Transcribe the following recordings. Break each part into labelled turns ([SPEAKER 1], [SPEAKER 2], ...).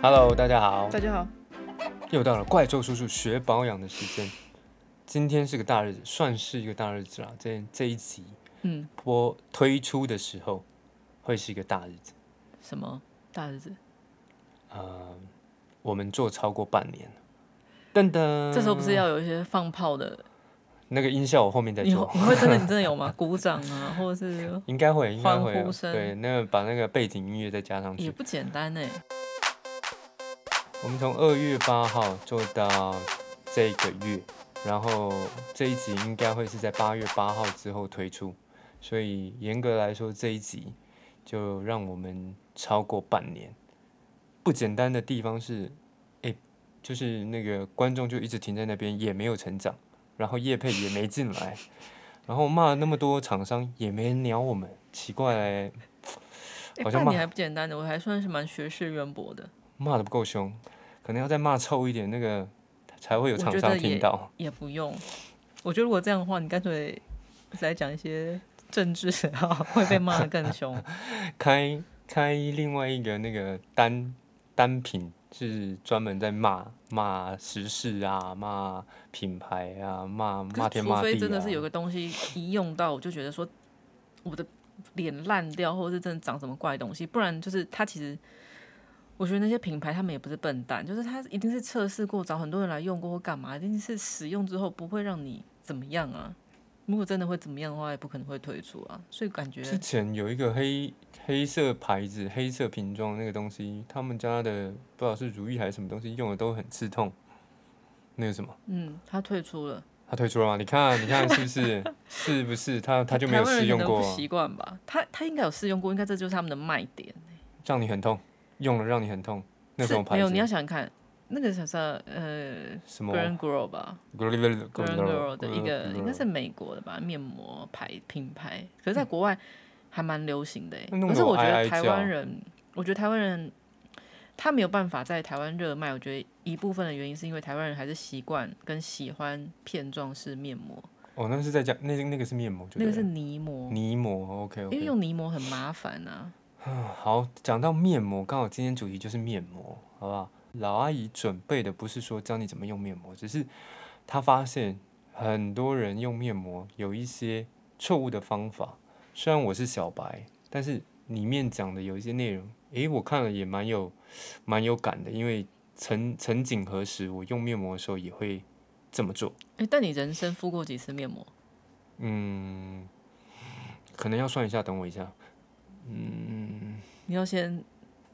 [SPEAKER 1] Hello，大家好，
[SPEAKER 2] 大家好，
[SPEAKER 1] 又到了怪兽叔叔学保养的时间。今天是个大日子，算是一个大日子啦。这这一集
[SPEAKER 2] 嗯，
[SPEAKER 1] 播推出的时候，会是一个大日子。
[SPEAKER 2] 什么大日子？
[SPEAKER 1] 呃，我们做超过半年了，噔噔，
[SPEAKER 2] 这时候不是要有一些放炮的？
[SPEAKER 1] 那个音效，我后面再
[SPEAKER 2] 嗯你会
[SPEAKER 1] 做，
[SPEAKER 2] 你会真的你真的有吗？ 鼓掌啊，或者是
[SPEAKER 1] 应该会，应该会
[SPEAKER 2] 欢
[SPEAKER 1] 有
[SPEAKER 2] 呼，声
[SPEAKER 1] 对，那个把那个背景音乐再加上去
[SPEAKER 2] 也。不简单哎、
[SPEAKER 1] 我们从二月八号做到这个月，然后这一集应该会是在八月八号之后推出，所以严格来说这一集就让我们超过半年。不简单的地方是，哎，就是那个观众就一直停在那边，也没有成长，然后叶配也没进来，然后骂了那么多厂商也没人鸟我们，奇怪嘞，
[SPEAKER 2] 欸，
[SPEAKER 1] 好像
[SPEAKER 2] 半
[SPEAKER 1] 骂
[SPEAKER 2] 年还不简单的，我还算是蛮学识渊博的，
[SPEAKER 1] 骂的不够凶，可能要再骂臭一点，那个才会有
[SPEAKER 2] 我
[SPEAKER 1] 厂
[SPEAKER 2] 觉
[SPEAKER 1] 商
[SPEAKER 2] 得
[SPEAKER 1] 听到。
[SPEAKER 2] 也不用。我觉得如果这样的话，你干脆来讲一些政治的啊，会被骂得更凶。
[SPEAKER 1] 开开另外一个那个单单品，是专门在骂骂时事啊，骂品牌啊，骂
[SPEAKER 2] 可
[SPEAKER 1] 骂
[SPEAKER 2] 是
[SPEAKER 1] 天
[SPEAKER 2] 除
[SPEAKER 1] 骂地
[SPEAKER 2] 非
[SPEAKER 1] 啊。
[SPEAKER 2] 真的是有个东西一用到，我就觉得说我的脸烂掉，或者是真的长什么怪东西，不然就是它其实，我觉得那些品牌他们也不是笨蛋，就是它一定是测试过，找很多人来用过或干嘛，一定是使用之后不会让你怎么样啊。如果真的会怎么样的话，也不可能会推出啊。所以感觉
[SPEAKER 1] 之前有一个黑黑色牌子、黑色瓶装那个东西，他们家的不知道是如意还是什么东西，用的都很刺痛。那个什么，
[SPEAKER 2] 嗯，它退出了，
[SPEAKER 1] 他退出了吗？你看，你看是不是？ 是不是他他就没
[SPEAKER 2] 台
[SPEAKER 1] 有
[SPEAKER 2] 湾
[SPEAKER 1] 试
[SPEAKER 2] 人可
[SPEAKER 1] 用
[SPEAKER 2] 能
[SPEAKER 1] 过
[SPEAKER 2] 不
[SPEAKER 1] 啊、
[SPEAKER 2] 习惯吧？他他应该有试用过，应该这就是他们的卖点。
[SPEAKER 1] 让你很痛，用了让你很痛。那
[SPEAKER 2] 是
[SPEAKER 1] 种牌
[SPEAKER 2] 没有，
[SPEAKER 1] 子
[SPEAKER 2] 你要想想看，那个叫啥呃
[SPEAKER 1] 什么
[SPEAKER 2] g r a n Girl 吧，
[SPEAKER 1] Girl 嗯
[SPEAKER 2] g r a n Girl 的一个应该是美国的吧，面膜牌品牌，可是在国外还蛮流行的欸、
[SPEAKER 1] 那弄
[SPEAKER 2] 可
[SPEAKER 1] 得
[SPEAKER 2] 是
[SPEAKER 1] 我
[SPEAKER 2] 我觉
[SPEAKER 1] 哀
[SPEAKER 2] 得
[SPEAKER 1] 哀
[SPEAKER 2] 台
[SPEAKER 1] 叫
[SPEAKER 2] 湾人，我觉得台湾人他没有办法在台湾热卖，我觉得一部分的原因是因为台湾人还是习惯跟喜欢片状式面膜，
[SPEAKER 1] 哦，那是在家，那那个是面膜，就
[SPEAKER 2] 那个
[SPEAKER 1] 对
[SPEAKER 2] 是
[SPEAKER 1] 了
[SPEAKER 2] 泥膜，
[SPEAKER 1] 泥膜。OK
[SPEAKER 2] 因为
[SPEAKER 1] OK，
[SPEAKER 2] 用泥膜很麻烦啊。
[SPEAKER 1] 好，讲到面膜，刚好今天主题就是面膜，好不好？老阿姨准备的不是说教你怎么用面膜，只是她发现很多人用面膜有一些错误的方法。虽然我是小白，但是里面讲的有一些内容，诶，我看了也蛮有蛮有感的，因为曾曾几何时，我用面膜的时候也会这么做。
[SPEAKER 2] 哎、但你人生敷过几次面膜？
[SPEAKER 1] 嗯，可能要算一下，等我一下，
[SPEAKER 2] 你要先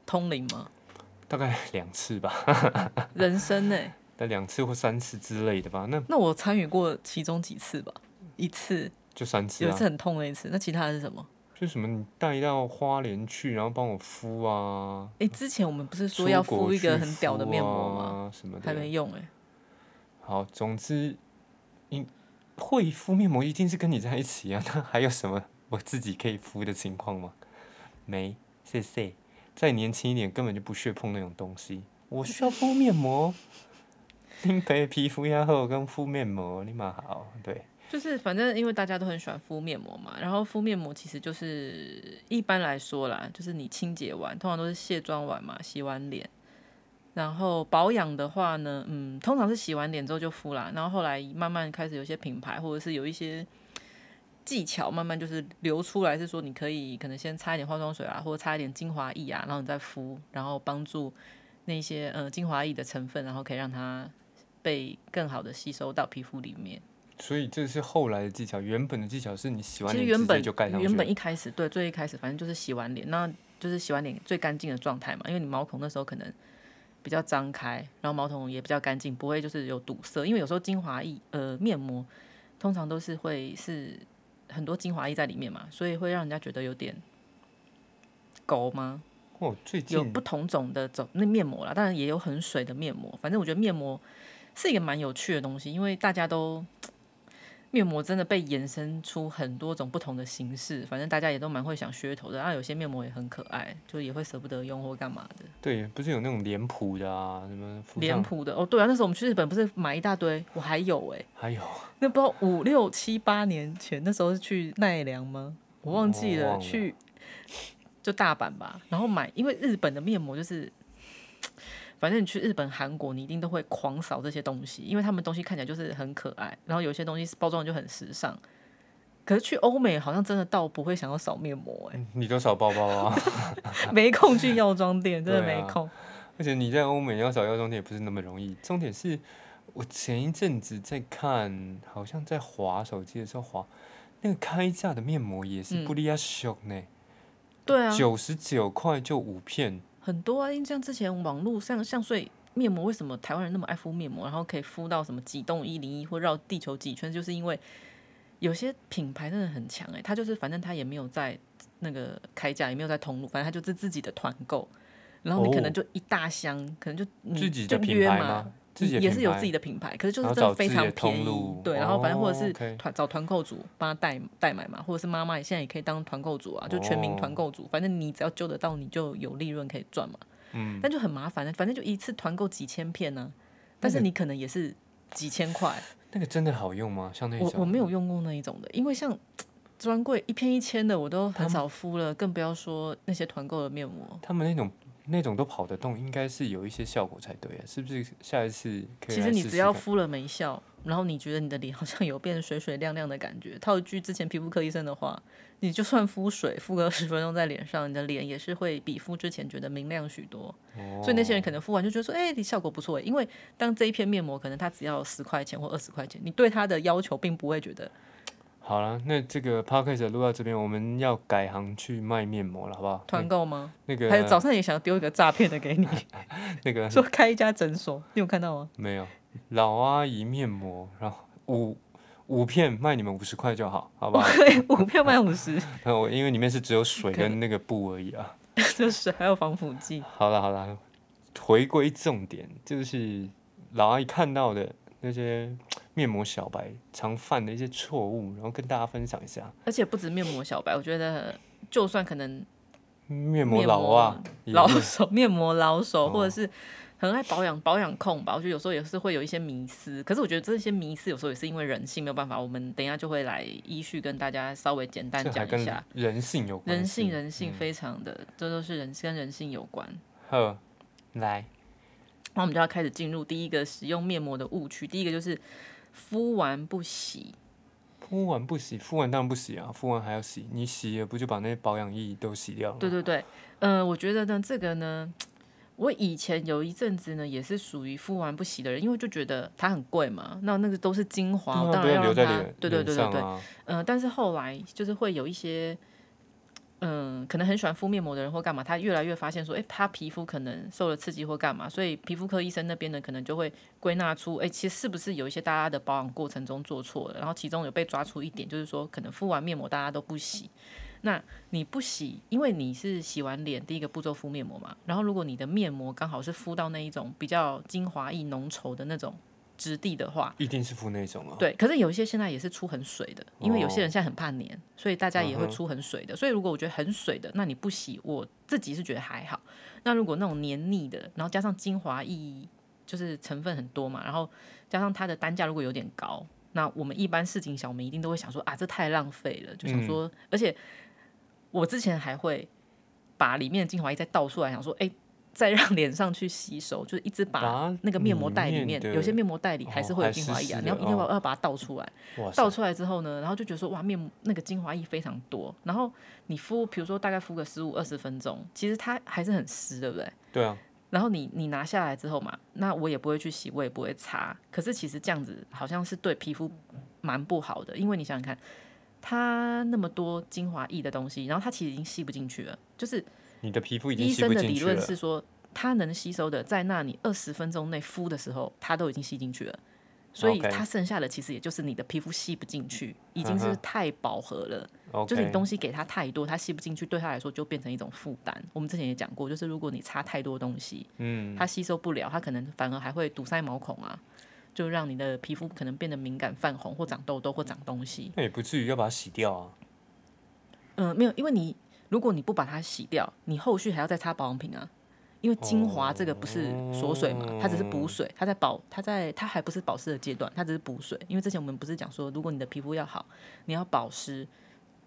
[SPEAKER 2] 通灵吗？
[SPEAKER 1] 大概两次吧，
[SPEAKER 2] 人生呢、
[SPEAKER 1] 但两次或三次之类的吧，那
[SPEAKER 2] 那我参与过其中几次吧，一次，
[SPEAKER 1] 就三次
[SPEAKER 2] 有一
[SPEAKER 1] 啊
[SPEAKER 2] 次。很痛的一次。那其他的是什么？
[SPEAKER 1] 就什么你带到花莲去，然后帮我敷啊，
[SPEAKER 2] 诶，之前我们不是
[SPEAKER 1] 出
[SPEAKER 2] 说要
[SPEAKER 1] 国
[SPEAKER 2] 敷一
[SPEAKER 1] 去
[SPEAKER 2] 个很屌的
[SPEAKER 1] 敷
[SPEAKER 2] 面膜
[SPEAKER 1] 啊，
[SPEAKER 2] 吗？
[SPEAKER 1] 什么
[SPEAKER 2] 还
[SPEAKER 1] 的。
[SPEAKER 2] 没用诶，
[SPEAKER 1] 好，总之，你会敷面膜一定是跟你在一起啊， 那还有什么我自己可以敷的情况吗？没，谢谢。再年轻一点，根本就不屑碰那种东西。我需要敷面 膜，您陪皮肤压后跟敷面膜，你妈好，对，
[SPEAKER 2] 就是反正因为大家都很喜欢敷面膜嘛，然后敷面膜其实就是一般来说啦，就是你清洁完，通常都是卸妆完嘛，洗完脸，然后保养的话呢，嗯，通常是洗完脸之后就敷啦，然后后来慢慢开始有一些品牌或者是有一些技巧，慢慢就是流出来，是说你可以可能先擦一点化妆水啊，或者擦一点精华液啊，然后你再敷，然后帮助那些呃精华液的成分，然后可以让它被更好的吸收到皮肤里面。
[SPEAKER 1] 所以这是后来的技巧，原本的技巧是你洗完
[SPEAKER 2] 其实
[SPEAKER 1] 脸
[SPEAKER 2] 原
[SPEAKER 1] 直接
[SPEAKER 2] 本
[SPEAKER 1] 就盖上去
[SPEAKER 2] 原
[SPEAKER 1] 了，
[SPEAKER 2] 本一开始对最一开始，反正就是洗完脸，那就是洗完脸最干净的状态嘛，因为你毛孔那时候可能比较张开，然后毛孔也比较干净，不会就是有堵塞，因为有时候精华液呃面膜通常都是会是很多精华液在里面嘛，所以会让人家觉得有点狗吗？
[SPEAKER 1] 哦，最
[SPEAKER 2] 有
[SPEAKER 1] 近
[SPEAKER 2] 不同种的种那面膜啦，当然也有很水的面膜。反正我觉得面膜是一个蛮有趣的东西，因为大家都面膜真的被衍生出很多种不同的形式。反正大家也都蛮会想噱头的，啊，有些面膜也很可爱，就也会舍不得用或干嘛的。
[SPEAKER 1] 对，不是有那种脸谱的啊，什么敷
[SPEAKER 2] 脸
[SPEAKER 1] 上
[SPEAKER 2] 谱的哦，对啊，那时候我们去日本不是买一大堆，我还有哎、
[SPEAKER 1] 还有
[SPEAKER 2] 那不知道五六七八年前，那时候是去奈良吗？我忘记
[SPEAKER 1] 我
[SPEAKER 2] 了，
[SPEAKER 1] 忘了
[SPEAKER 2] 去就大阪吧。然后买，因为日本的面膜就是反正你去日本、韩国，你一定都会狂扫这些东西，因为他们东西看起来就是很可爱，然后有些东西包装得就很时尚。可是去欧美好像真的倒不会想要扫面膜、欸，
[SPEAKER 1] 你都少包包啊，
[SPEAKER 2] 没空去药妆店，真的没
[SPEAKER 1] 对啊
[SPEAKER 2] 空。
[SPEAKER 1] 而且你在欧美要找药妆店也不是那么容易。重点是我前一阵子在看，好像在滑手机的时候滑，那个开价的面膜也是
[SPEAKER 2] 嗯
[SPEAKER 1] 不利亚熊呢，
[SPEAKER 2] 对啊，
[SPEAKER 1] 九十九块就五片，
[SPEAKER 2] 很多啊，因为像之前网络上像所以面膜，为什么台湾人那么爱敷面膜，然后可以敷到什么几栋一零一或绕地球几圈，就是因为有些品牌真的很强哎、欸，它就是反正它也没有在那个开价，也没有在通路，反正它就是自己的团购，然后你可能就一大箱，可能就你
[SPEAKER 1] 哦自己的
[SPEAKER 2] 嗯就
[SPEAKER 1] 品
[SPEAKER 2] 约
[SPEAKER 1] 牌
[SPEAKER 2] 嘛
[SPEAKER 1] 吗？自己的
[SPEAKER 2] 也
[SPEAKER 1] 品
[SPEAKER 2] 是有
[SPEAKER 1] 牌
[SPEAKER 2] 自己的品牌，可是就
[SPEAKER 1] 然
[SPEAKER 2] 是
[SPEAKER 1] 后找
[SPEAKER 2] 真的非
[SPEAKER 1] 自己
[SPEAKER 2] 常
[SPEAKER 1] 的通
[SPEAKER 2] 便宜
[SPEAKER 1] 路，
[SPEAKER 2] 对，然后反正或者
[SPEAKER 1] 哦
[SPEAKER 2] 是
[SPEAKER 1] ，OK
[SPEAKER 2] 团、找团购组帮他代代买嘛，或者是妈妈也现在也可以当团购组啊，就全民
[SPEAKER 1] 哦
[SPEAKER 2] 团购组，反正你只要揪得到，你就有利润可以赚嘛。
[SPEAKER 1] 嗯，
[SPEAKER 2] 但就很麻烦啊的，反正就一次团购几千片呢、但是你可能也是几千块。
[SPEAKER 1] 那个真的好用吗？像那嗯
[SPEAKER 2] 我
[SPEAKER 1] 种
[SPEAKER 2] 我没有用过那一种的，因为像专柜一片一千的我都很少敷了，更不要说那些团购的面膜。
[SPEAKER 1] 他们那种那种都跑得动，应该是有一些效果才对啊，是不是？下一次可以
[SPEAKER 2] 其
[SPEAKER 1] 来
[SPEAKER 2] 实你
[SPEAKER 1] 试
[SPEAKER 2] 只
[SPEAKER 1] 试
[SPEAKER 2] 要
[SPEAKER 1] 看
[SPEAKER 2] 敷了没效，然后你觉得你的脸好像有变水水亮亮的感觉，套一句之前皮肤科医生的话，你就算敷水敷个十分钟在脸上，你的脸也是会比敷之前觉得明亮许多。
[SPEAKER 1] 哦
[SPEAKER 2] 所以那些人可能敷完就觉得说，哎、你效果不错耶，因为当这一片面膜可能它只要十块钱或二十块钱，你对它的要求并不会觉得
[SPEAKER 1] 好了，那这个 podcast 录到这边，我们要改行去卖面膜了，好不好？
[SPEAKER 2] 团购吗？
[SPEAKER 1] 啊那个
[SPEAKER 2] 还有早上也想要丢一个诈骗的给你，
[SPEAKER 1] 那个
[SPEAKER 2] 说开一家诊所，你有看到吗？
[SPEAKER 1] 没有老阿姨面膜，然后五五片卖你们五十块就好，好 不好？
[SPEAKER 2] 股票卖五十，
[SPEAKER 1] 那我因为里面是只有水
[SPEAKER 2] 可以
[SPEAKER 1] 跟那个布而已啊。
[SPEAKER 2] 就是还有防腐剂。
[SPEAKER 1] 好了好了，回归正点，就是老阿姨看到的那些面膜小白常犯的一些错误，然后跟大家分享一下。
[SPEAKER 2] 而且不止面膜小白，我觉得就算可能
[SPEAKER 1] 面膜
[SPEAKER 2] 面
[SPEAKER 1] 老啊，也
[SPEAKER 2] 老
[SPEAKER 1] 是哦
[SPEAKER 2] 手、 面膜老手，或者是很爱保养保养控吧，我觉得有时候也是会有一些迷思。可是我觉得这些迷思有时候也是因为人性没有办法，我们等一下就会来依序跟大家稍微简单
[SPEAKER 1] 这还
[SPEAKER 2] 讲
[SPEAKER 1] 跟
[SPEAKER 2] 一下。
[SPEAKER 1] 人性有关
[SPEAKER 2] 人性，
[SPEAKER 1] 系。嗯
[SPEAKER 2] 人性非常的，这都是人跟人性有关。
[SPEAKER 1] 呵，来，
[SPEAKER 2] 那我们就要开始进入第一个使用面膜的误区，第一个就是敷完不洗。
[SPEAKER 1] 敷完不洗，敷完当然不洗啊，敷完还要洗，你洗了不就把那些保养液都洗掉了？
[SPEAKER 2] 对对对，呃，我觉得呢，这个呢，我以前有一阵子呢，也是属于敷完不洗的人，因为就觉得它很贵嘛，那那个都是精华，
[SPEAKER 1] 对
[SPEAKER 2] 我
[SPEAKER 1] 啊
[SPEAKER 2] 当
[SPEAKER 1] 不
[SPEAKER 2] 然
[SPEAKER 1] 要
[SPEAKER 2] 要
[SPEAKER 1] 留
[SPEAKER 2] 让
[SPEAKER 1] 在
[SPEAKER 2] 它
[SPEAKER 1] 脸，
[SPEAKER 2] 对对对对
[SPEAKER 1] 脸
[SPEAKER 2] 对
[SPEAKER 1] 上，啊。
[SPEAKER 2] 呃，但是后来就是会有一些，嗯、可能很喜欢敷面膜的人或干嘛，他越来越发现说，哎、他皮肤可能受了刺激或干嘛，所以皮肤科医生那边呢，可能就会归纳出，哎、其实是不是有一些大家的保养过程中做错了，然后其中有被抓出一点，就是说可能敷完面膜大家都不洗。那你不洗，因为你是洗完脸第一个步骤敷面膜嘛，然后如果你的面膜刚好是敷到那一种比较精华液浓稠的那种质地的话，
[SPEAKER 1] 一定是敷那种啊。
[SPEAKER 2] 对，可是有一些现在也是出很水的，因为有
[SPEAKER 1] 哦
[SPEAKER 2] 些人现在很怕黏，所以大家也
[SPEAKER 1] 嗯
[SPEAKER 2] 会出很水的。所以如果我觉得很水的，那你不洗，我自己是觉得还好。那如果那种黏腻的，然后加上精华液就是成分很多嘛，然后加上它的单价如果有点高，那我们一般市井小民一定都会想说啊，这太浪费了，就
[SPEAKER 1] 嗯
[SPEAKER 2] 想说，而且我之前还会把里面的精华液再倒出来，想说，哎、再让 脸上去吸收，就是一直把
[SPEAKER 1] 把
[SPEAKER 2] 那个面膜袋里
[SPEAKER 1] 里面
[SPEAKER 2] 面，
[SPEAKER 1] 的
[SPEAKER 2] 有些面膜袋里
[SPEAKER 1] 哦
[SPEAKER 2] 还是会有
[SPEAKER 1] 还
[SPEAKER 2] 精华
[SPEAKER 1] 湿
[SPEAKER 2] 液啊，
[SPEAKER 1] 湿
[SPEAKER 2] 你要
[SPEAKER 1] 的哦
[SPEAKER 2] 一定要要把它倒出来。
[SPEAKER 1] 哇塞，
[SPEAKER 2] 倒出来之后呢，然后就觉得说哇，面膜那个精华液非常多，然后你敷，比如说大概敷个十五二十分钟，其实它还是很湿，对不对？
[SPEAKER 1] 对啊，
[SPEAKER 2] 然后你你拿下来之后嘛，那我也不会去洗，我也不会擦。可是其实这样子好像是对皮肤蛮不好的，因为你想想看，它那么多精华液的东西，然后它其实已经吸不进去了。就是
[SPEAKER 1] 你的皮肤已经
[SPEAKER 2] 医
[SPEAKER 1] 吸
[SPEAKER 2] 生
[SPEAKER 1] 不
[SPEAKER 2] 的
[SPEAKER 1] 进
[SPEAKER 2] 理
[SPEAKER 1] 去
[SPEAKER 2] 论
[SPEAKER 1] 了。
[SPEAKER 2] 是说，它能吸收的，在那你二十分钟内敷的时候，它都已经吸进去了。所以
[SPEAKER 1] OK
[SPEAKER 2] 它剩下的其实也就是你的皮肤吸不进去，已经
[SPEAKER 1] 嗯
[SPEAKER 2] 是
[SPEAKER 1] 哼
[SPEAKER 2] 太饱和了。
[SPEAKER 1] OK，
[SPEAKER 2] 就是你东西给他太多，他吸不进去，对他来说就变成一种负担。我们之前也讲过，就是如果你擦太多东西，
[SPEAKER 1] 嗯，
[SPEAKER 2] 它吸收不了，它可能反而还会堵塞毛孔啊，就让你的皮肤可能变得敏感、泛红或长痘痘或长东西。
[SPEAKER 1] 那也不至于要把它洗掉啊。
[SPEAKER 2] 嗯、没有，因为你如果你不把它洗掉，你后续还要再擦保养品啊。因为精华这个不是锁水嘛，它只是补水，它在保，它在它还不是保湿的阶段，它只是补水。因为之前我们不是讲说，如果你的皮肤要好，你要保湿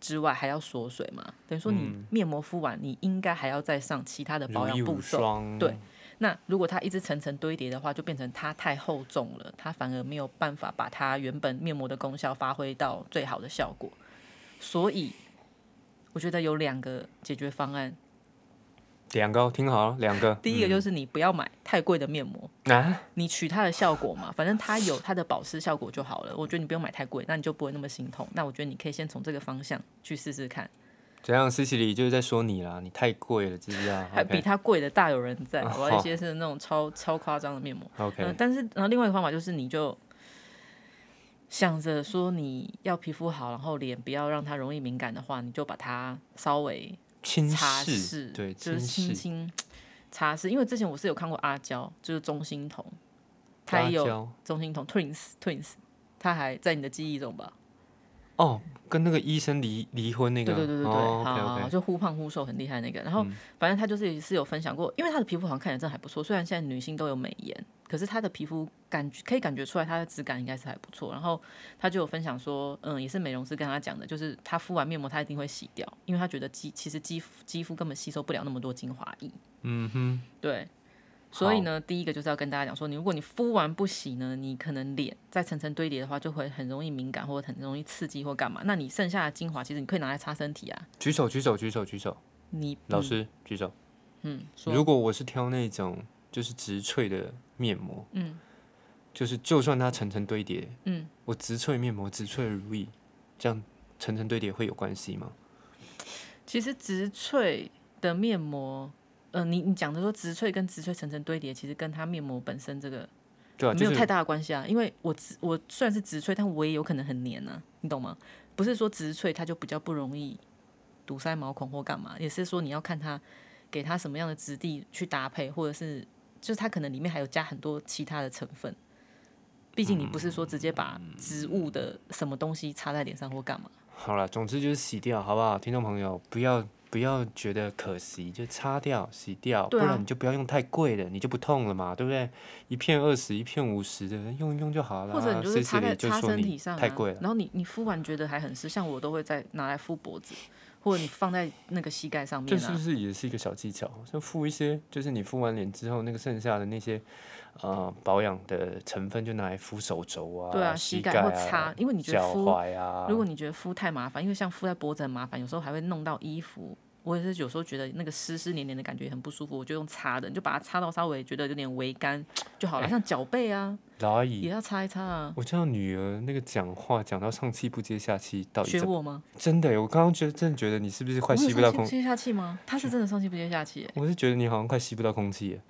[SPEAKER 2] 之外还要锁水嘛，等于说你面膜敷完，你应该还要再上其他的保
[SPEAKER 1] 如
[SPEAKER 2] 养
[SPEAKER 1] 意
[SPEAKER 2] 步
[SPEAKER 1] 无
[SPEAKER 2] 骤。
[SPEAKER 1] 霜，
[SPEAKER 2] 对那如果它一直层层堆叠的话，就变成它太厚重了，它反而没有办法把它原本面膜的功效发挥到最好的效果。所以，我觉得有两个解决方案。
[SPEAKER 1] 两个哦听好了，两个。
[SPEAKER 2] 第一个就是你不要买太贵的面膜，
[SPEAKER 1] 嗯啊，
[SPEAKER 2] 你取它的效果嘛，反正它有它的保湿效果就好了。我觉得你不用买太贵，那你就不会那么心痛。那我觉得你可以先从这个方向去试试看，
[SPEAKER 1] 怎样？思琪里就是在说你啦，你太贵了，啊知不知道
[SPEAKER 2] 还比它贵的大有人在。
[SPEAKER 1] 哦
[SPEAKER 2] 我要一些是那种超超夸张的面膜。
[SPEAKER 1] ？OK，,
[SPEAKER 2] 呃
[SPEAKER 1] o
[SPEAKER 2] 但是然后另外一个方法就是你就想着说你要皮肤好，然后脸不要让它容易敏感的话，你就把它稍微
[SPEAKER 1] 轻
[SPEAKER 2] 擦
[SPEAKER 1] 视，
[SPEAKER 2] 拭，
[SPEAKER 1] 对，
[SPEAKER 2] 就是
[SPEAKER 1] 轻视。
[SPEAKER 2] 轻轻擦拭。因为之前我是有看过阿娇，就是钟欣桐，她
[SPEAKER 1] 阿
[SPEAKER 2] 也有
[SPEAKER 1] 胶
[SPEAKER 2] 钟欣桐 Twins Twins，她还在你的记忆中吧？
[SPEAKER 1] 哦，跟那个医生离离婚那个，
[SPEAKER 2] 对对对对对，
[SPEAKER 1] 哦、嗯
[SPEAKER 2] 好
[SPEAKER 1] OK
[SPEAKER 2] 好好
[SPEAKER 1] OK，
[SPEAKER 2] 就忽胖忽瘦很厉害那个。然后反正她就是是有分享过，因为她的皮肤好像看起来真的还不错，虽然现在女性都有美颜，可是她的皮肤感觉可以感觉出来她的质感应该是还不错。然后她就有分享说，嗯，也是美容师跟她讲的，就是她敷完面膜她一定会洗掉，因为她觉得肌其实肌肤肌肤根本吸收不了那么多精华液。
[SPEAKER 1] 嗯哼，
[SPEAKER 2] 对，所以呢，第一个就是要跟大家讲说，你如果你敷完不洗呢，你可能脸在层层堆叠的话，就会很容易敏感或者很容易刺激或干嘛。那你剩下的精华其实你可以拿来擦身体啊。
[SPEAKER 1] 举手举手举手举手，
[SPEAKER 2] 你
[SPEAKER 1] 老师举手。
[SPEAKER 2] 嗯说
[SPEAKER 1] 如果我是挑那种就是植萃的面膜，嗯，就是就算它层层堆叠，
[SPEAKER 2] 嗯，
[SPEAKER 1] 我植萃面膜、植萃乳液，这样层层堆叠会有关系吗？
[SPEAKER 2] 其实植萃的面膜，呃，你你讲的说植萃跟植萃层层堆叠，其实跟它面膜本身这个
[SPEAKER 1] 对啊，
[SPEAKER 2] 没
[SPEAKER 1] 就
[SPEAKER 2] 有
[SPEAKER 1] 是
[SPEAKER 2] 太大的关系啊。因为我植我虽然是植萃，但我也有可能很黏啊，你懂吗？不是说植萃它就比较不容易堵塞毛孔或干嘛，也是说你要看它给它什么样的质地去搭配，或者是就是它可能里面还有加很多其他的成分。毕竟你不是说直接把植物的什么东西擦在脸上或干嘛。
[SPEAKER 1] 好了，总之就是洗掉，好不好？听众朋友，不要不要觉得可惜，就擦掉、洗掉，不
[SPEAKER 2] 对啊
[SPEAKER 1] 然你就不要用太贵的，你就不痛了嘛，对不对？一片二十，一片五十的，用一用就好了啊。
[SPEAKER 2] 或者你就是
[SPEAKER 1] 谁谁
[SPEAKER 2] 擦在
[SPEAKER 1] 的就
[SPEAKER 2] 擦
[SPEAKER 1] 说
[SPEAKER 2] 身
[SPEAKER 1] 你
[SPEAKER 2] 体上、啊，
[SPEAKER 1] 太贵了。
[SPEAKER 2] 然后你你敷完觉得还很湿，像我都会再拿来敷脖子，或者你放在那个膝盖上
[SPEAKER 1] 这
[SPEAKER 2] 面
[SPEAKER 1] 是
[SPEAKER 2] 啊
[SPEAKER 1] 不。是也是一个小技巧？就敷一些，就是你敷完脸之后，那个剩下的那些呃保养的成分，就拿来敷手肘啊、
[SPEAKER 2] 对啊
[SPEAKER 1] 膝
[SPEAKER 2] 膝盖
[SPEAKER 1] 啊、
[SPEAKER 2] 或擦因为你觉得
[SPEAKER 1] 脚
[SPEAKER 2] 敷
[SPEAKER 1] 踝啊，
[SPEAKER 2] 如果你觉得敷太麻烦，因为像敷在脖子很麻烦，有时候还会弄到衣服。我也是有时候觉得那个湿湿黏黏的感觉很不舒服，我就用擦的，你就把它擦到稍微觉得有点微干就
[SPEAKER 1] 哎
[SPEAKER 2] 好了。像脚背啊，
[SPEAKER 1] 老阿
[SPEAKER 2] 也
[SPEAKER 1] 姨，
[SPEAKER 2] 要擦一擦啊。
[SPEAKER 1] 我知道女儿那个讲话讲到上气不接下气，到底
[SPEAKER 2] 学
[SPEAKER 1] 怎
[SPEAKER 2] 我吗？
[SPEAKER 1] 真的耶？我刚刚觉得真的觉得你是不是快
[SPEAKER 2] 我有
[SPEAKER 1] 吸不到
[SPEAKER 2] 上气
[SPEAKER 1] 空
[SPEAKER 2] 不？接下气吗？他是真的上气不接下气耶，
[SPEAKER 1] 我是觉得你好像快吸不到空气耶，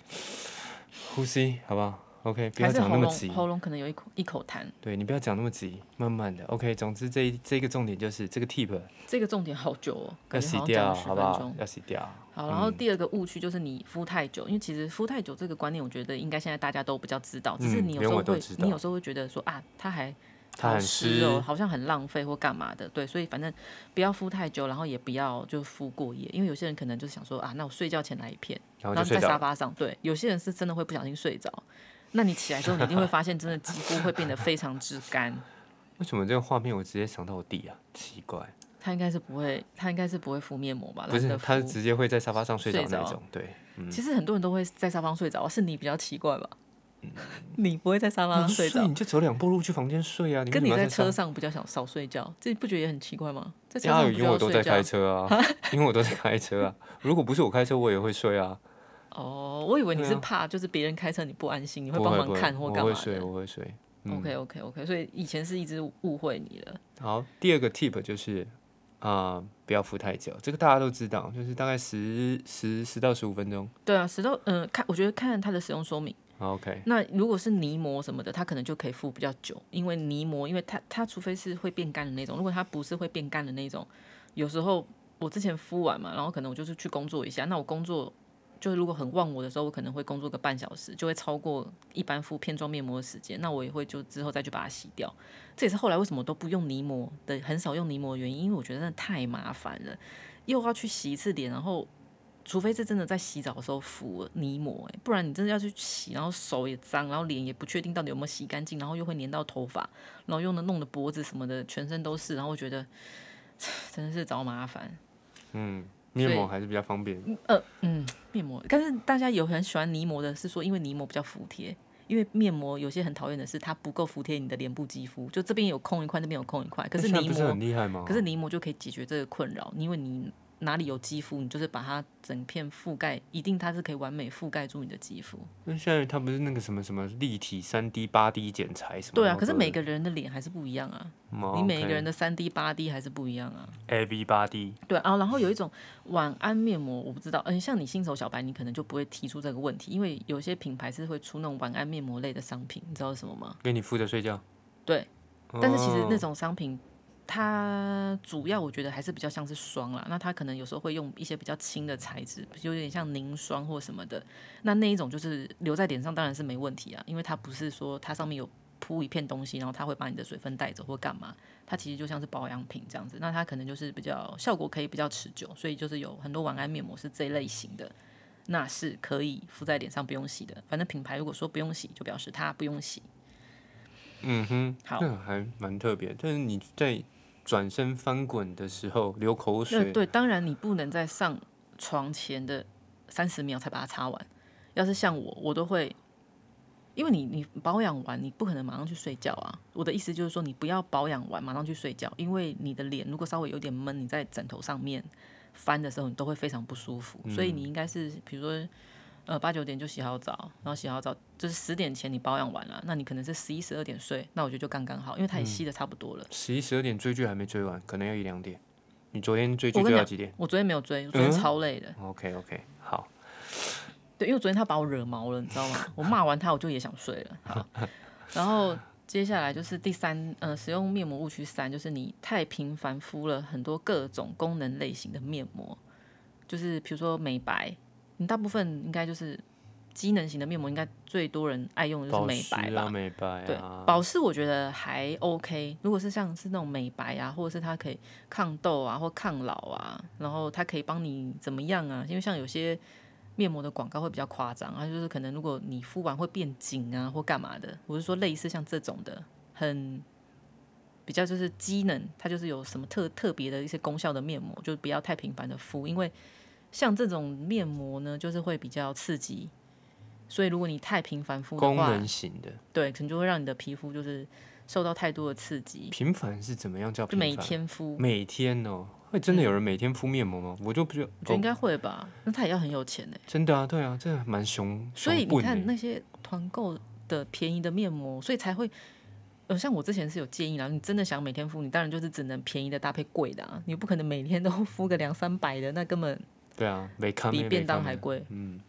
[SPEAKER 1] 呼吸好不好？OK，不要
[SPEAKER 2] 还是
[SPEAKER 1] 讲
[SPEAKER 2] 喉
[SPEAKER 1] 那么
[SPEAKER 2] 咙
[SPEAKER 1] 急，
[SPEAKER 2] 喉咙可能有一口一口痰。
[SPEAKER 1] 对你不要讲那么急，慢慢的。OK，总之这一这个重点就是这个 tip
[SPEAKER 2] 这个重点好久哦，
[SPEAKER 1] 要
[SPEAKER 2] 感觉
[SPEAKER 1] 洗
[SPEAKER 2] 好像讲
[SPEAKER 1] 掉，
[SPEAKER 2] 了十
[SPEAKER 1] 好
[SPEAKER 2] 分
[SPEAKER 1] 不
[SPEAKER 2] 钟
[SPEAKER 1] 好。？要洗掉。
[SPEAKER 2] 好，然后第二个误区就是你敷太久，因为其实敷太久这个观念，我觉觉得应该现在大家都比较知道，只是
[SPEAKER 1] 嗯
[SPEAKER 2] 你有
[SPEAKER 1] 连
[SPEAKER 2] 时候
[SPEAKER 1] 我都
[SPEAKER 2] 会
[SPEAKER 1] 知，道
[SPEAKER 2] 你有时候会觉得说啊，它还
[SPEAKER 1] 它
[SPEAKER 2] 好
[SPEAKER 1] 很
[SPEAKER 2] 湿哦，
[SPEAKER 1] 湿
[SPEAKER 2] 好像很浪费或干嘛的，对，所以反正不要敷太久，然后也不要就敷过夜，因为有些人可能就是想说啊，那我睡觉前来一片，
[SPEAKER 1] 然后
[SPEAKER 2] 然
[SPEAKER 1] 就
[SPEAKER 2] 后
[SPEAKER 1] 睡
[SPEAKER 2] 在
[SPEAKER 1] 着
[SPEAKER 2] 沙
[SPEAKER 1] 了。
[SPEAKER 2] 发上，对，有些人是真的会不小心睡着，那你起来之后，你一定会发现真的肌肤会变得非常之干，
[SPEAKER 1] 为什么这个画面我直接想到我弟啊？奇怪，
[SPEAKER 2] 他应该是不会，他应该是不会敷面膜吧？
[SPEAKER 1] 不
[SPEAKER 2] 懒
[SPEAKER 1] 是，
[SPEAKER 2] 得
[SPEAKER 1] 他是
[SPEAKER 2] 敷
[SPEAKER 1] 直接会在沙发上睡着
[SPEAKER 2] 睡
[SPEAKER 1] 那
[SPEAKER 2] 着
[SPEAKER 1] 种。对，嗯，
[SPEAKER 2] 其实很多人都会在沙发上睡着，是你比较奇怪吧？ 你不会在沙发
[SPEAKER 1] 嗯
[SPEAKER 2] 上
[SPEAKER 1] 你
[SPEAKER 2] 睡着，
[SPEAKER 1] 你就走两步路去房间睡啊。
[SPEAKER 2] 跟你
[SPEAKER 1] 为什么要
[SPEAKER 2] 在
[SPEAKER 1] 在
[SPEAKER 2] 车
[SPEAKER 1] 上，
[SPEAKER 2] 上比较想少睡觉，这不觉得也很奇怪吗？在车
[SPEAKER 1] 因
[SPEAKER 2] 上
[SPEAKER 1] 为
[SPEAKER 2] 比
[SPEAKER 1] 哎因为
[SPEAKER 2] 较
[SPEAKER 1] 我都在
[SPEAKER 2] 睡觉
[SPEAKER 1] 开。车 啊，因为我都在开车啊。如果不是我开车，我也会睡 啊。
[SPEAKER 2] 哦，我以为你是
[SPEAKER 1] 对啊
[SPEAKER 2] 怕就是别人开车你不安心，你
[SPEAKER 1] 不
[SPEAKER 2] 帮
[SPEAKER 1] 会不
[SPEAKER 2] 忙
[SPEAKER 1] 会
[SPEAKER 2] 看或干
[SPEAKER 1] 我
[SPEAKER 2] 嘛
[SPEAKER 1] 会睡，
[SPEAKER 2] 的。
[SPEAKER 1] 我会嗯睡。
[SPEAKER 2] OK OK OK，所以以前是一直误会你了。
[SPEAKER 1] 好，第二个 tip 就是啊、不要敷太久，这个大家都知道，就是大概十十十到十五分钟。
[SPEAKER 2] 对啊，石头，嗯、看我觉得看它的使用说明。
[SPEAKER 1] 好 OK，
[SPEAKER 2] 那如果是泥膜什么的，它可能就可以敷比较久，因为泥膜，因为它它除非是会变干的那种，如果它不是会变干的那种，有时候我之前敷完嘛，然后可能我就是去工作一下，那我工作就是如果很忘我的时候，我可能会工作个半小时，就会超过一般敷片状面膜的时间，那我也会就之后再去把它洗掉。这也是后来为什么都不用泥膜的，很少用泥膜的原因，因为我觉得真的太麻烦了，又要去洗一次脸，然后除非是真的在洗澡的时候敷泥膜、欸，不然你真的要去洗，然后手也脏，然后脸也不确定到底有没有洗干净，然后又会粘到头发，然后又能弄得脖子什么的全身都是，然后我觉得真的是找麻烦。
[SPEAKER 1] 嗯，面
[SPEAKER 2] 所以
[SPEAKER 1] 膜还是比较方便。
[SPEAKER 2] 呃，嗯，面膜，但是大家有很喜欢泥膜的，是说因为泥膜比较服帖，因为面膜有些很讨厌的是它不够服帖你的脸部肌肤，就这边有空一块，那边有空一块，可
[SPEAKER 1] 那
[SPEAKER 2] 是
[SPEAKER 1] 现在
[SPEAKER 2] 泥
[SPEAKER 1] 不是啊
[SPEAKER 2] 膜
[SPEAKER 1] 很，厉害吗？
[SPEAKER 2] 可是泥膜就可以解决这个困扰，因为你哪里有肌肤，你就是把它整片覆盖，一定它是可以完美覆盖住你的肌肤。
[SPEAKER 1] 那现在它不是那个什么什么立体三 D 八 D 剪裁什么？
[SPEAKER 2] 对啊，可是每个人的脸还是不一样啊，你
[SPEAKER 1] 你
[SPEAKER 2] 每一个人的三 D、八 D 还是不一样啊。
[SPEAKER 1] A B 八 D，
[SPEAKER 2] 对啊，然后有一种晚安面膜，我不知道，嗯，像你新手小白，你可能就不会提出这个问题，因为有些品牌是会出那种晚安面膜类的商品，你知道是什么吗？
[SPEAKER 1] 给你敷着睡觉。
[SPEAKER 2] 对，但是其实那
[SPEAKER 1] 哦
[SPEAKER 2] 种商品，它主要我觉得还是比较像是霜啦，那它可能有时候会用一些比较轻的材质，有点像凝霜或什么的，那那一种就是留在脸上当然是没问题啊，因为它不是说它上面有铺一片东西，然后它会把你的水分带走或干嘛，它其实就像是保养品这样子。那它可能就是比较效果可以比较持久，所以就是有很多晚安面膜是这一类型的，那是可以敷在脸上不用洗的。反正品牌如果说不用洗，就表示它不用洗。
[SPEAKER 1] 嗯哼，
[SPEAKER 2] 好
[SPEAKER 1] 那还蛮特别。但是你在转身翻滚的时候流口
[SPEAKER 2] 那
[SPEAKER 1] 水，
[SPEAKER 2] 对，当然你不能在上床前的三十秒才把它擦完。要是像我，我都会，因为你你保养完，你不可能马上去睡觉啊。我的意思就是说，你不要保养完马上去睡觉，因为你的脸如果稍微有点闷，你在枕头上面翻的时候，你都会非常不舒服。所以你应该是，比如说。呃，八九点就洗好澡，然后洗好澡就是十点前你保养完了，那你可能是十一十二点睡，那我觉得就刚刚好，因为它也吸的差不多了。
[SPEAKER 1] 十一十二点追剧还没追完，可能要一两点。你昨天追剧
[SPEAKER 2] 我
[SPEAKER 1] 追
[SPEAKER 2] 跟你
[SPEAKER 1] 到
[SPEAKER 2] 讲
[SPEAKER 1] 几点
[SPEAKER 2] 我昨天没有追，我昨天超累的，
[SPEAKER 1] ？OK OK，好，
[SPEAKER 2] 对，因为昨天他把我惹毛了，你知道吗？我骂完他，我就也想睡了。好，然后接下来就是第三，呃，使用面膜误区三，就是你太频繁敷了很多各种功能类型的面膜，就是比如说美白，你大部分应该就是机能型的面膜，应该最多人爱用的就是
[SPEAKER 1] 保
[SPEAKER 2] 美
[SPEAKER 1] 湿
[SPEAKER 2] 白吧
[SPEAKER 1] 啊，？美白
[SPEAKER 2] 对
[SPEAKER 1] 啊，，
[SPEAKER 2] 保湿我觉得还 OK。如果是像是那种美白啊，或者是它可以抗痘啊，或抗老啊，然后它可以帮你怎么样啊？因为像有些面膜的广告会比较夸张，它就是可能如果你敷完会变紧啊，或干嘛的。我是说类似像这种的，很比较就是机能，它就是有什么特特别的一些功效的面膜，就不要太频繁的敷，因为像这种面膜呢，就是会比较刺激。所以，如果你太频繁敷的
[SPEAKER 1] 功
[SPEAKER 2] 话，
[SPEAKER 1] 能型的
[SPEAKER 2] 对，可能就会让你的皮肤就是受到太多的刺激，
[SPEAKER 1] 频繁是怎么样叫频
[SPEAKER 2] 就嗯
[SPEAKER 1] 繁？
[SPEAKER 2] 每天敷，
[SPEAKER 1] 每天哦，会真的有人每天敷面膜吗？我就不觉得，
[SPEAKER 2] 我觉得
[SPEAKER 1] 哦
[SPEAKER 2] 应该会吧。那他也要很有钱呢、
[SPEAKER 1] 真的啊，对啊，这蛮熊，
[SPEAKER 2] 所以
[SPEAKER 1] 熊
[SPEAKER 2] 你
[SPEAKER 1] 棍
[SPEAKER 2] 看
[SPEAKER 1] 欸
[SPEAKER 2] 那些团购的便宜的面膜，所以才会。呃，像我之前是有建议啦，你真的想每天敷，你当然就是只能便宜的搭配贵的啊，你不可能每天都敷个两三百的，那根本
[SPEAKER 1] 对啊，没看
[SPEAKER 2] 比
[SPEAKER 1] 没
[SPEAKER 2] 便当
[SPEAKER 1] 看
[SPEAKER 2] 还
[SPEAKER 1] 没
[SPEAKER 2] 贵。
[SPEAKER 1] 嗯，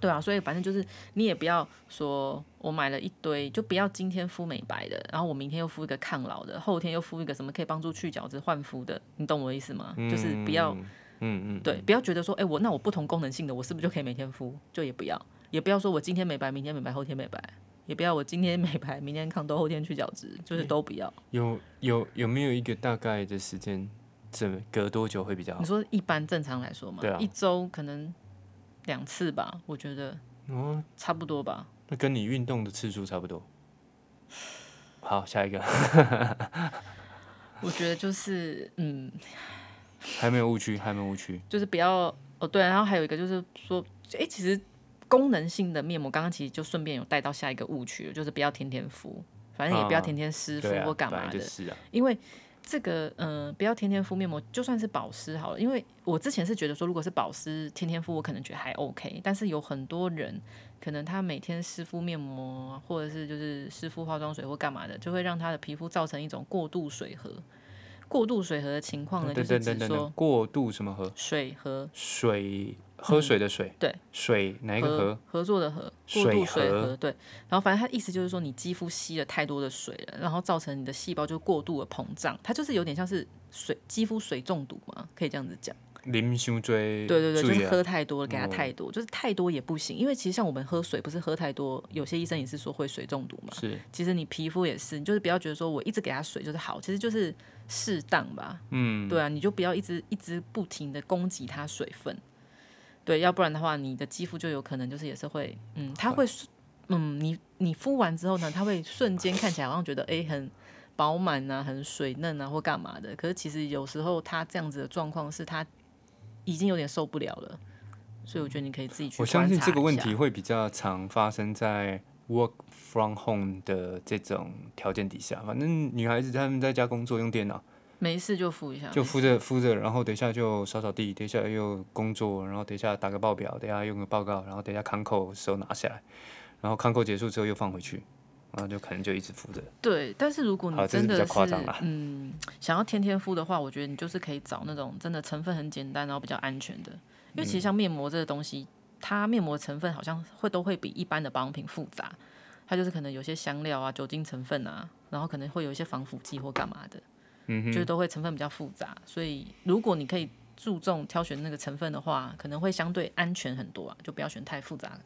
[SPEAKER 2] 对啊，所以反正就是你也不要说我买了一堆，就不要今天敷美白的，然后我明天又敷一个抗老的，后天又敷一个什么可以帮助去角质焕肤的，你懂我的意思吗？就是不要
[SPEAKER 1] 嗯嗯嗯，
[SPEAKER 2] 对，不要觉得说，哎、我那我不同功能性的，我是不是就可以每天敷？就也不要，也不要说我今天美白，明天美白，后天美白，也不要我今天 美白，明天抗痘，后天去角质，就是都不要。
[SPEAKER 1] 有有有没有一个大概的时间，怎隔多久会比较好
[SPEAKER 2] 你？说一般正常来说嘛，
[SPEAKER 1] 对啊
[SPEAKER 2] 一周可能两次吧，我觉得
[SPEAKER 1] 哦，
[SPEAKER 2] 差不多吧。
[SPEAKER 1] 那跟你运动的次数差不多。好，下一个
[SPEAKER 2] 我觉得就是，嗯，
[SPEAKER 1] 还没有误区，还没有误区。
[SPEAKER 2] 就是不要哦，对、然后还有一个就是说，哎、其实功能性的面膜，刚刚其实就顺便有带到下一个误区了，就是不要天天敷，反正也不要
[SPEAKER 1] 啊
[SPEAKER 2] 天天湿敷
[SPEAKER 1] 对啊，
[SPEAKER 2] 或干
[SPEAKER 1] 本
[SPEAKER 2] 嘛
[SPEAKER 1] 来
[SPEAKER 2] 的。
[SPEAKER 1] 就是啊，
[SPEAKER 2] 因为这个，嗯、不要天天敷面膜，就算是保湿好了。因为我之前是觉得说，如果是保湿天天敷，我可能觉得还 OK。但是有很多人，可能他每天湿敷面膜，或者是就是湿敷化妆水或干嘛的，就会让他的皮肤造成一种过度水合。过度水合的情况呢，就
[SPEAKER 1] 等
[SPEAKER 2] 是
[SPEAKER 1] 等
[SPEAKER 2] 指
[SPEAKER 1] 等等
[SPEAKER 2] 说
[SPEAKER 1] 等，过度什么河？
[SPEAKER 2] 水合
[SPEAKER 1] 水，喝水的水。
[SPEAKER 2] 嗯对，
[SPEAKER 1] 水哪一个河？
[SPEAKER 2] 合合作的合，过度水
[SPEAKER 1] 水合
[SPEAKER 2] 合对。然后反正它意思就是说，你肌肤吸了太多的水了，然后造成你的细胞就过度的膨胀，它就是有点像是水肌肤水中毒嘛，可以这样子讲。
[SPEAKER 1] 林胸椎。
[SPEAKER 2] 对对对，
[SPEAKER 1] 注
[SPEAKER 2] 就
[SPEAKER 1] 意
[SPEAKER 2] 是
[SPEAKER 1] 啊
[SPEAKER 2] 喝太多了，给他太多，就是太多也不行，因为其实像我们喝水，不是喝太多，有些医生也是说会水中毒嘛。
[SPEAKER 1] 是，
[SPEAKER 2] 其实你皮肤也是，你就是不要觉得说我一直给他水就是好，其实就是适当吧。
[SPEAKER 1] 嗯，
[SPEAKER 2] 对啊，你就不要一直一直不停的供给它水分，对，要不然的话，你的肌肤就有可能就是也是会，嗯，它会瞬，嗯，你你敷完之后呢，它会瞬间看起来好像觉得哎、诶很饱满啊，很水嫩啊，或干嘛的，可是其实有时候它这样子的状况是它。已经有点受不了了，所以我觉得你可以自己去
[SPEAKER 1] 我
[SPEAKER 2] 观察
[SPEAKER 1] 相信这个问
[SPEAKER 2] 一下
[SPEAKER 1] 题会比较常发生在 work from home 的这种条件底下。反正女孩子她们在家工作用电脑，
[SPEAKER 2] 没事就敷一下，
[SPEAKER 1] 就敷着敷着，然后等一下就扫扫地，等一下又工作，然后等一下打个报表，等一下用个报告，然后等一下康扣手拿下来，然后康扣结束之后又放回去，然后就可能就一直敷着。
[SPEAKER 2] 对，但是如果
[SPEAKER 1] 好
[SPEAKER 2] 你
[SPEAKER 1] 这是
[SPEAKER 2] 真
[SPEAKER 1] 比
[SPEAKER 2] 的
[SPEAKER 1] 较夸张啦
[SPEAKER 2] 嗯，想要天天敷的话，我觉得你就是可以找那种真的成分很简单，然后比较安全的。因为
[SPEAKER 1] 嗯
[SPEAKER 2] 其实像面膜这个东西，它面膜成分好像会都会比一般的保养品复杂，它就是可能有些香料啊、酒精成分啊，然后可能会有一些防腐剂或干嘛的，
[SPEAKER 1] 嗯
[SPEAKER 2] 就是都会成分比较复杂。所以如果你可以注重挑选那个成分的话，可能会相对安全很多啊，就不要选太复杂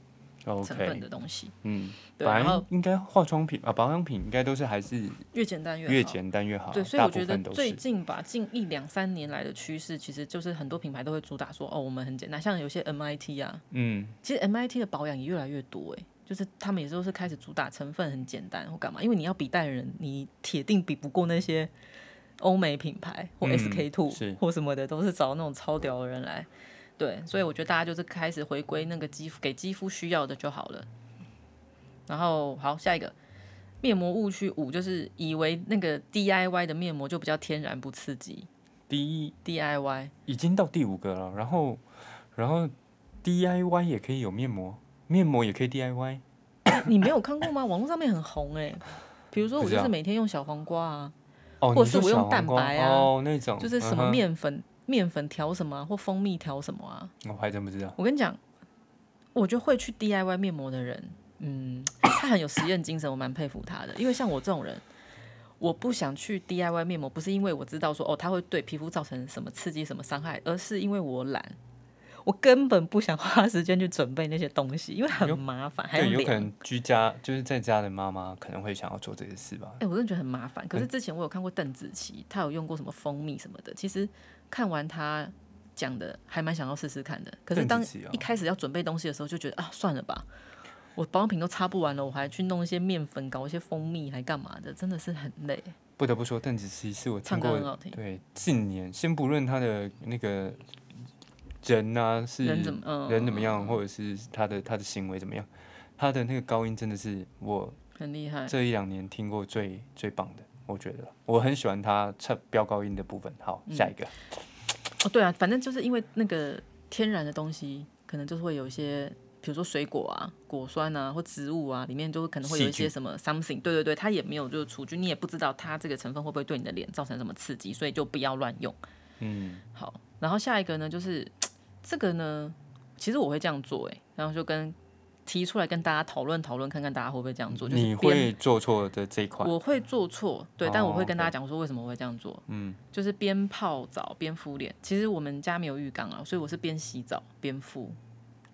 [SPEAKER 2] 嗯成分
[SPEAKER 1] OK，
[SPEAKER 2] 的东西。
[SPEAKER 1] 嗯，
[SPEAKER 2] 对，
[SPEAKER 1] 本
[SPEAKER 2] 然
[SPEAKER 1] 来
[SPEAKER 2] 后
[SPEAKER 1] 应该化妆品啊，保养品应该都是还是
[SPEAKER 2] 越简单越好。
[SPEAKER 1] 越简单越好，
[SPEAKER 2] 对，所以
[SPEAKER 1] 大
[SPEAKER 2] 我
[SPEAKER 1] 部
[SPEAKER 2] 觉得
[SPEAKER 1] 分都
[SPEAKER 2] 最
[SPEAKER 1] 是。
[SPEAKER 2] 近吧，近一两三年来的趋势，其实就是很多品牌都会主打说，哦，我们很简单，像有些 MIT 啊，
[SPEAKER 1] 嗯，
[SPEAKER 2] 其实 MIT 的保养也越来越多、欸，就是他们也都是开始主打成分很简单或干嘛，因为你要比代言人，你铁定比不过那些欧美品牌或
[SPEAKER 1] 嗯
[SPEAKER 2] SK two、
[SPEAKER 1] 是
[SPEAKER 2] 或什么的，都是找那种超屌的人来。对，所以我觉得大家就是开始回归那个肌肤给肌肤需要的就好了。然后好，下一个面膜误区五就是以为那个 DIY 的面膜就比较天然不刺激
[SPEAKER 1] 第一
[SPEAKER 2] ，DIY
[SPEAKER 1] 已经到第五个了，然后然后 DIY 也可以有面膜，面膜也可以 DIY，
[SPEAKER 2] 你没有看过吗？网络上面很红哎、比如说我
[SPEAKER 1] 不知
[SPEAKER 2] 就
[SPEAKER 1] 道
[SPEAKER 2] 是每天用小黄瓜啊，
[SPEAKER 1] 哦，
[SPEAKER 2] 或
[SPEAKER 1] 你
[SPEAKER 2] 是
[SPEAKER 1] 说
[SPEAKER 2] 我用
[SPEAKER 1] 小
[SPEAKER 2] 蛋
[SPEAKER 1] 黄瓜
[SPEAKER 2] 白啊
[SPEAKER 1] 哦那种，
[SPEAKER 2] 就是什么
[SPEAKER 1] 嗯哼、
[SPEAKER 2] 面粉、面粉调什么、啊，或蜂蜜调什么啊。
[SPEAKER 1] 嗯我还真不知道，
[SPEAKER 2] 我跟你讲，我就会去 DIY 面膜的人，嗯，他很有实验精神，我蛮佩服他的。因为像我这种人，我不想去 DIY 面膜，不是因为我知道说哦，它会对皮肤造成什么刺激、什么伤害，而是因为我懒。我根本不想花时间去准备那些东西，因为很麻烦，还
[SPEAKER 1] 对，有
[SPEAKER 2] 量
[SPEAKER 1] 可能居家就是在家的妈妈可能会想要做这些事吧
[SPEAKER 2] 哎、。我真的觉得很麻烦。可
[SPEAKER 1] 哎
[SPEAKER 2] 是之前我有看过邓紫棋，她有用过什么蜂蜜什么的。其实看完她讲的，还蛮想要试试看的。可是
[SPEAKER 1] 邓
[SPEAKER 2] 当
[SPEAKER 1] 紫棋哦
[SPEAKER 2] 一开始要准备东西的时候，就觉得啊，算了吧，我保养品都擦不完了，我还去弄一些面粉，搞一些蜂蜜，还干嘛的，真的是很累。
[SPEAKER 1] 不得不说，邓紫棋是我听
[SPEAKER 2] 唱歌
[SPEAKER 1] 过
[SPEAKER 2] 很好听
[SPEAKER 1] 对近年，先不论她的那个人啊是
[SPEAKER 2] 人怎么嗯
[SPEAKER 1] 人怎么样，或者是她的她的行为怎么样，她的那个高音真的是我
[SPEAKER 2] 很厉害，
[SPEAKER 1] 这一两年听过最最棒的，我觉得我很喜欢他唱飙高音的部分。好，
[SPEAKER 2] 嗯
[SPEAKER 1] 下一个，
[SPEAKER 2] 哦，对啊，反正就是因为那个天然的东西，可能就是会有一些，比如说水果啊、果酸啊或植物啊，里面就可能会有一
[SPEAKER 1] 细菌
[SPEAKER 2] 些什么 something。对对对，它也没有就是除菌，你也不知道它这个成分会不会对你的脸造成什么刺激，所以就不要乱用。
[SPEAKER 1] 嗯，
[SPEAKER 2] 好，然后下一个呢，就是这个呢，其实我会这样做哎、然后就跟提出来跟大家讨论讨论，看看大家会不会这样做。就是
[SPEAKER 1] 你
[SPEAKER 2] 边
[SPEAKER 1] 会做错的这一块，
[SPEAKER 2] 我会做错，对，但
[SPEAKER 1] 哦
[SPEAKER 2] 我会跟大家讲说为什么我会这样做。嗯，就是边泡澡边敷脸。其实我们家没有浴缸啊，所以我是边洗澡边敷。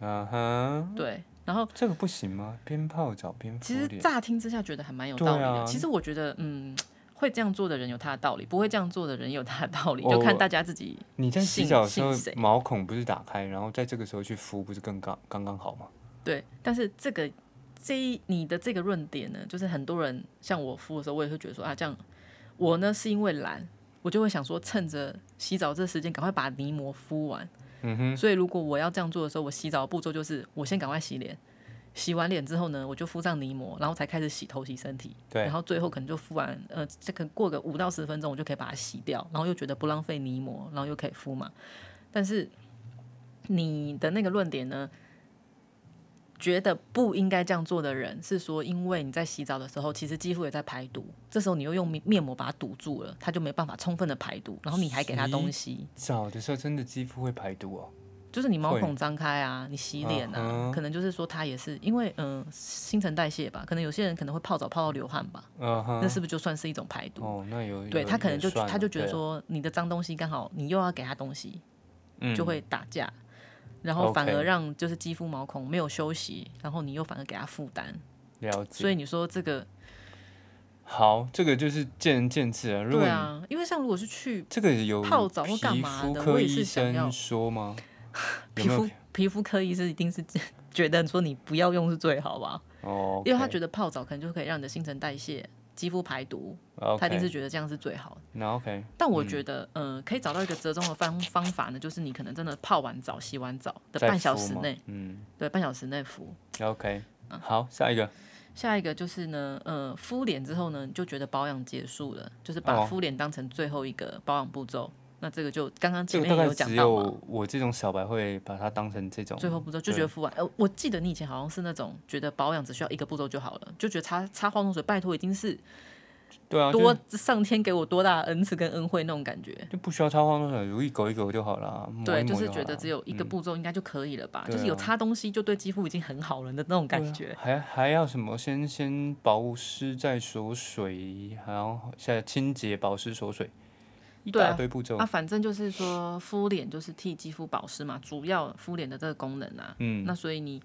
[SPEAKER 1] 啊哈，
[SPEAKER 2] 对，然后
[SPEAKER 1] 这个不行吗？边泡澡边敷
[SPEAKER 2] 其实
[SPEAKER 1] 脸，
[SPEAKER 2] 乍听之下觉得还蛮有道理的。
[SPEAKER 1] 对啊
[SPEAKER 2] 其实我觉得，嗯，会这样做的人有他的道理，不会这样做的人也有他的道理，
[SPEAKER 1] 哦
[SPEAKER 2] 就看大家自己。
[SPEAKER 1] 你在洗
[SPEAKER 2] 信
[SPEAKER 1] 澡的时候
[SPEAKER 2] 信谁
[SPEAKER 1] 毛孔不是打开，然后在这个时候去敷，不是更刚刚刚好吗？
[SPEAKER 2] 对，但是这个这一你的这个论点呢，就是很多人像我敷的时候，我也会觉得说啊，这样我呢是因为懒，我就会想说趁着洗澡这时间赶快把泥膜敷完。
[SPEAKER 1] 嗯哼，
[SPEAKER 2] 所以如果我要这样做的时候，我洗澡的步骤就是我先赶快洗脸，洗完脸之后呢，我就敷上泥膜，然后才开始洗头、洗身体。
[SPEAKER 1] 对
[SPEAKER 2] 然，后最后可能就敷完，呃，这个过个五到十分钟，我就可以把它洗掉，然后又觉得不浪费泥膜，然后又可以敷嘛。但是你的那个论点呢，觉得不应该这样做的人是说，因为你在洗澡的时候，其实肌肤也在排毒，这时候你又用面面膜把它堵住了，它就没办法充分的排毒，然后你还给它东西，
[SPEAKER 1] 澡的时候真的肌肤会排毒哦。
[SPEAKER 2] 就是你毛
[SPEAKER 1] 会
[SPEAKER 2] 孔张开啊，你洗脸
[SPEAKER 1] 嗯
[SPEAKER 2] 啊，
[SPEAKER 1] 哼
[SPEAKER 2] 可能就是说它也是因为嗯、呃新陈代谢吧，可能有些人可能会泡澡泡到流汗吧，
[SPEAKER 1] 啊哈，
[SPEAKER 2] 那是不是就算是一种排毒？
[SPEAKER 1] 哦，那有
[SPEAKER 2] 对
[SPEAKER 1] 有
[SPEAKER 2] 他可能
[SPEAKER 1] 也
[SPEAKER 2] 就
[SPEAKER 1] 算
[SPEAKER 2] 他就
[SPEAKER 1] 了
[SPEAKER 2] 觉得
[SPEAKER 1] 对
[SPEAKER 2] 说你的脏东西刚好你又要给他东西，就
[SPEAKER 1] 嗯
[SPEAKER 2] 会打架，然后反
[SPEAKER 1] OK
[SPEAKER 2] 而让就是肌肤毛孔没有休息，然后你又反而给他负担，
[SPEAKER 1] 了解。
[SPEAKER 2] 所以你说这个
[SPEAKER 1] 好，这个就是见仁见智啊。如果
[SPEAKER 2] 对
[SPEAKER 1] 你
[SPEAKER 2] 啊，因为像如果是去
[SPEAKER 1] 这个有
[SPEAKER 2] 泡澡或干嘛
[SPEAKER 1] 皮肤
[SPEAKER 2] 的
[SPEAKER 1] 科
[SPEAKER 2] 我也
[SPEAKER 1] 医
[SPEAKER 2] 是想
[SPEAKER 1] 生
[SPEAKER 2] 要
[SPEAKER 1] 说 吗？有
[SPEAKER 2] 皮
[SPEAKER 1] 没有
[SPEAKER 2] 肤皮肤科医师一定是 觉得说你不要用是最好吧，
[SPEAKER 1] 哦，
[SPEAKER 2] 因为他
[SPEAKER 1] OK
[SPEAKER 2] 觉得泡澡可能就可以让你的新陈代谢肌肤排毒，他一
[SPEAKER 1] OK，
[SPEAKER 2] 定是觉得这样是最好的。
[SPEAKER 1] 哦那 OK，
[SPEAKER 2] 但我觉得，嗯、可以找到一个折中的方方法呢，就是你可能真的泡完澡、洗完澡的
[SPEAKER 1] 再
[SPEAKER 2] 半小
[SPEAKER 1] 敷
[SPEAKER 2] 时
[SPEAKER 1] 嘛
[SPEAKER 2] 内，，
[SPEAKER 1] 嗯
[SPEAKER 2] 对，半小时内敷。嗯
[SPEAKER 1] ，OK，好，下一个，
[SPEAKER 2] 下一个就是呢，呃，敷脸之后呢，你就觉得保养结束了，就是把
[SPEAKER 1] 哦
[SPEAKER 2] 敷脸当成最后一个保养步骤。那这个就刚刚
[SPEAKER 1] 这
[SPEAKER 2] 前
[SPEAKER 1] 个
[SPEAKER 2] 面
[SPEAKER 1] 大
[SPEAKER 2] 也
[SPEAKER 1] 概
[SPEAKER 2] 有讲
[SPEAKER 1] 只
[SPEAKER 2] 到嘛，
[SPEAKER 1] 有我这种小白会把它当成这种，
[SPEAKER 2] 最后步骤就觉得敷完。呃，我记得你以前好像是那种觉得保养只需要一个步骤就好了，就觉得擦擦化妆水，拜托已经是
[SPEAKER 1] 对啊，就
[SPEAKER 2] 多上天给我多大的恩赐跟恩惠那种感觉。
[SPEAKER 1] 就不需要擦化妆水，如一狗一狗就好了，抹嗯
[SPEAKER 2] 对，
[SPEAKER 1] 一
[SPEAKER 2] 就
[SPEAKER 1] 抹
[SPEAKER 2] 是
[SPEAKER 1] 好
[SPEAKER 2] 觉得
[SPEAKER 1] 啦
[SPEAKER 2] 只有一个步骤应该就可以了吧，
[SPEAKER 1] 对
[SPEAKER 2] 就是有
[SPEAKER 1] 啊
[SPEAKER 2] 擦东西就对肌肤已经很好了的那种感觉。
[SPEAKER 1] 还还要什么？先先保湿再锁水，还要现在清洁、保湿、锁水，一
[SPEAKER 2] 对啊
[SPEAKER 1] 大堆步骤。
[SPEAKER 2] 啊，反正就是说敷脸就是替肌肤保湿嘛，主要敷脸的这个功能啊。
[SPEAKER 1] 嗯，
[SPEAKER 2] 那所以你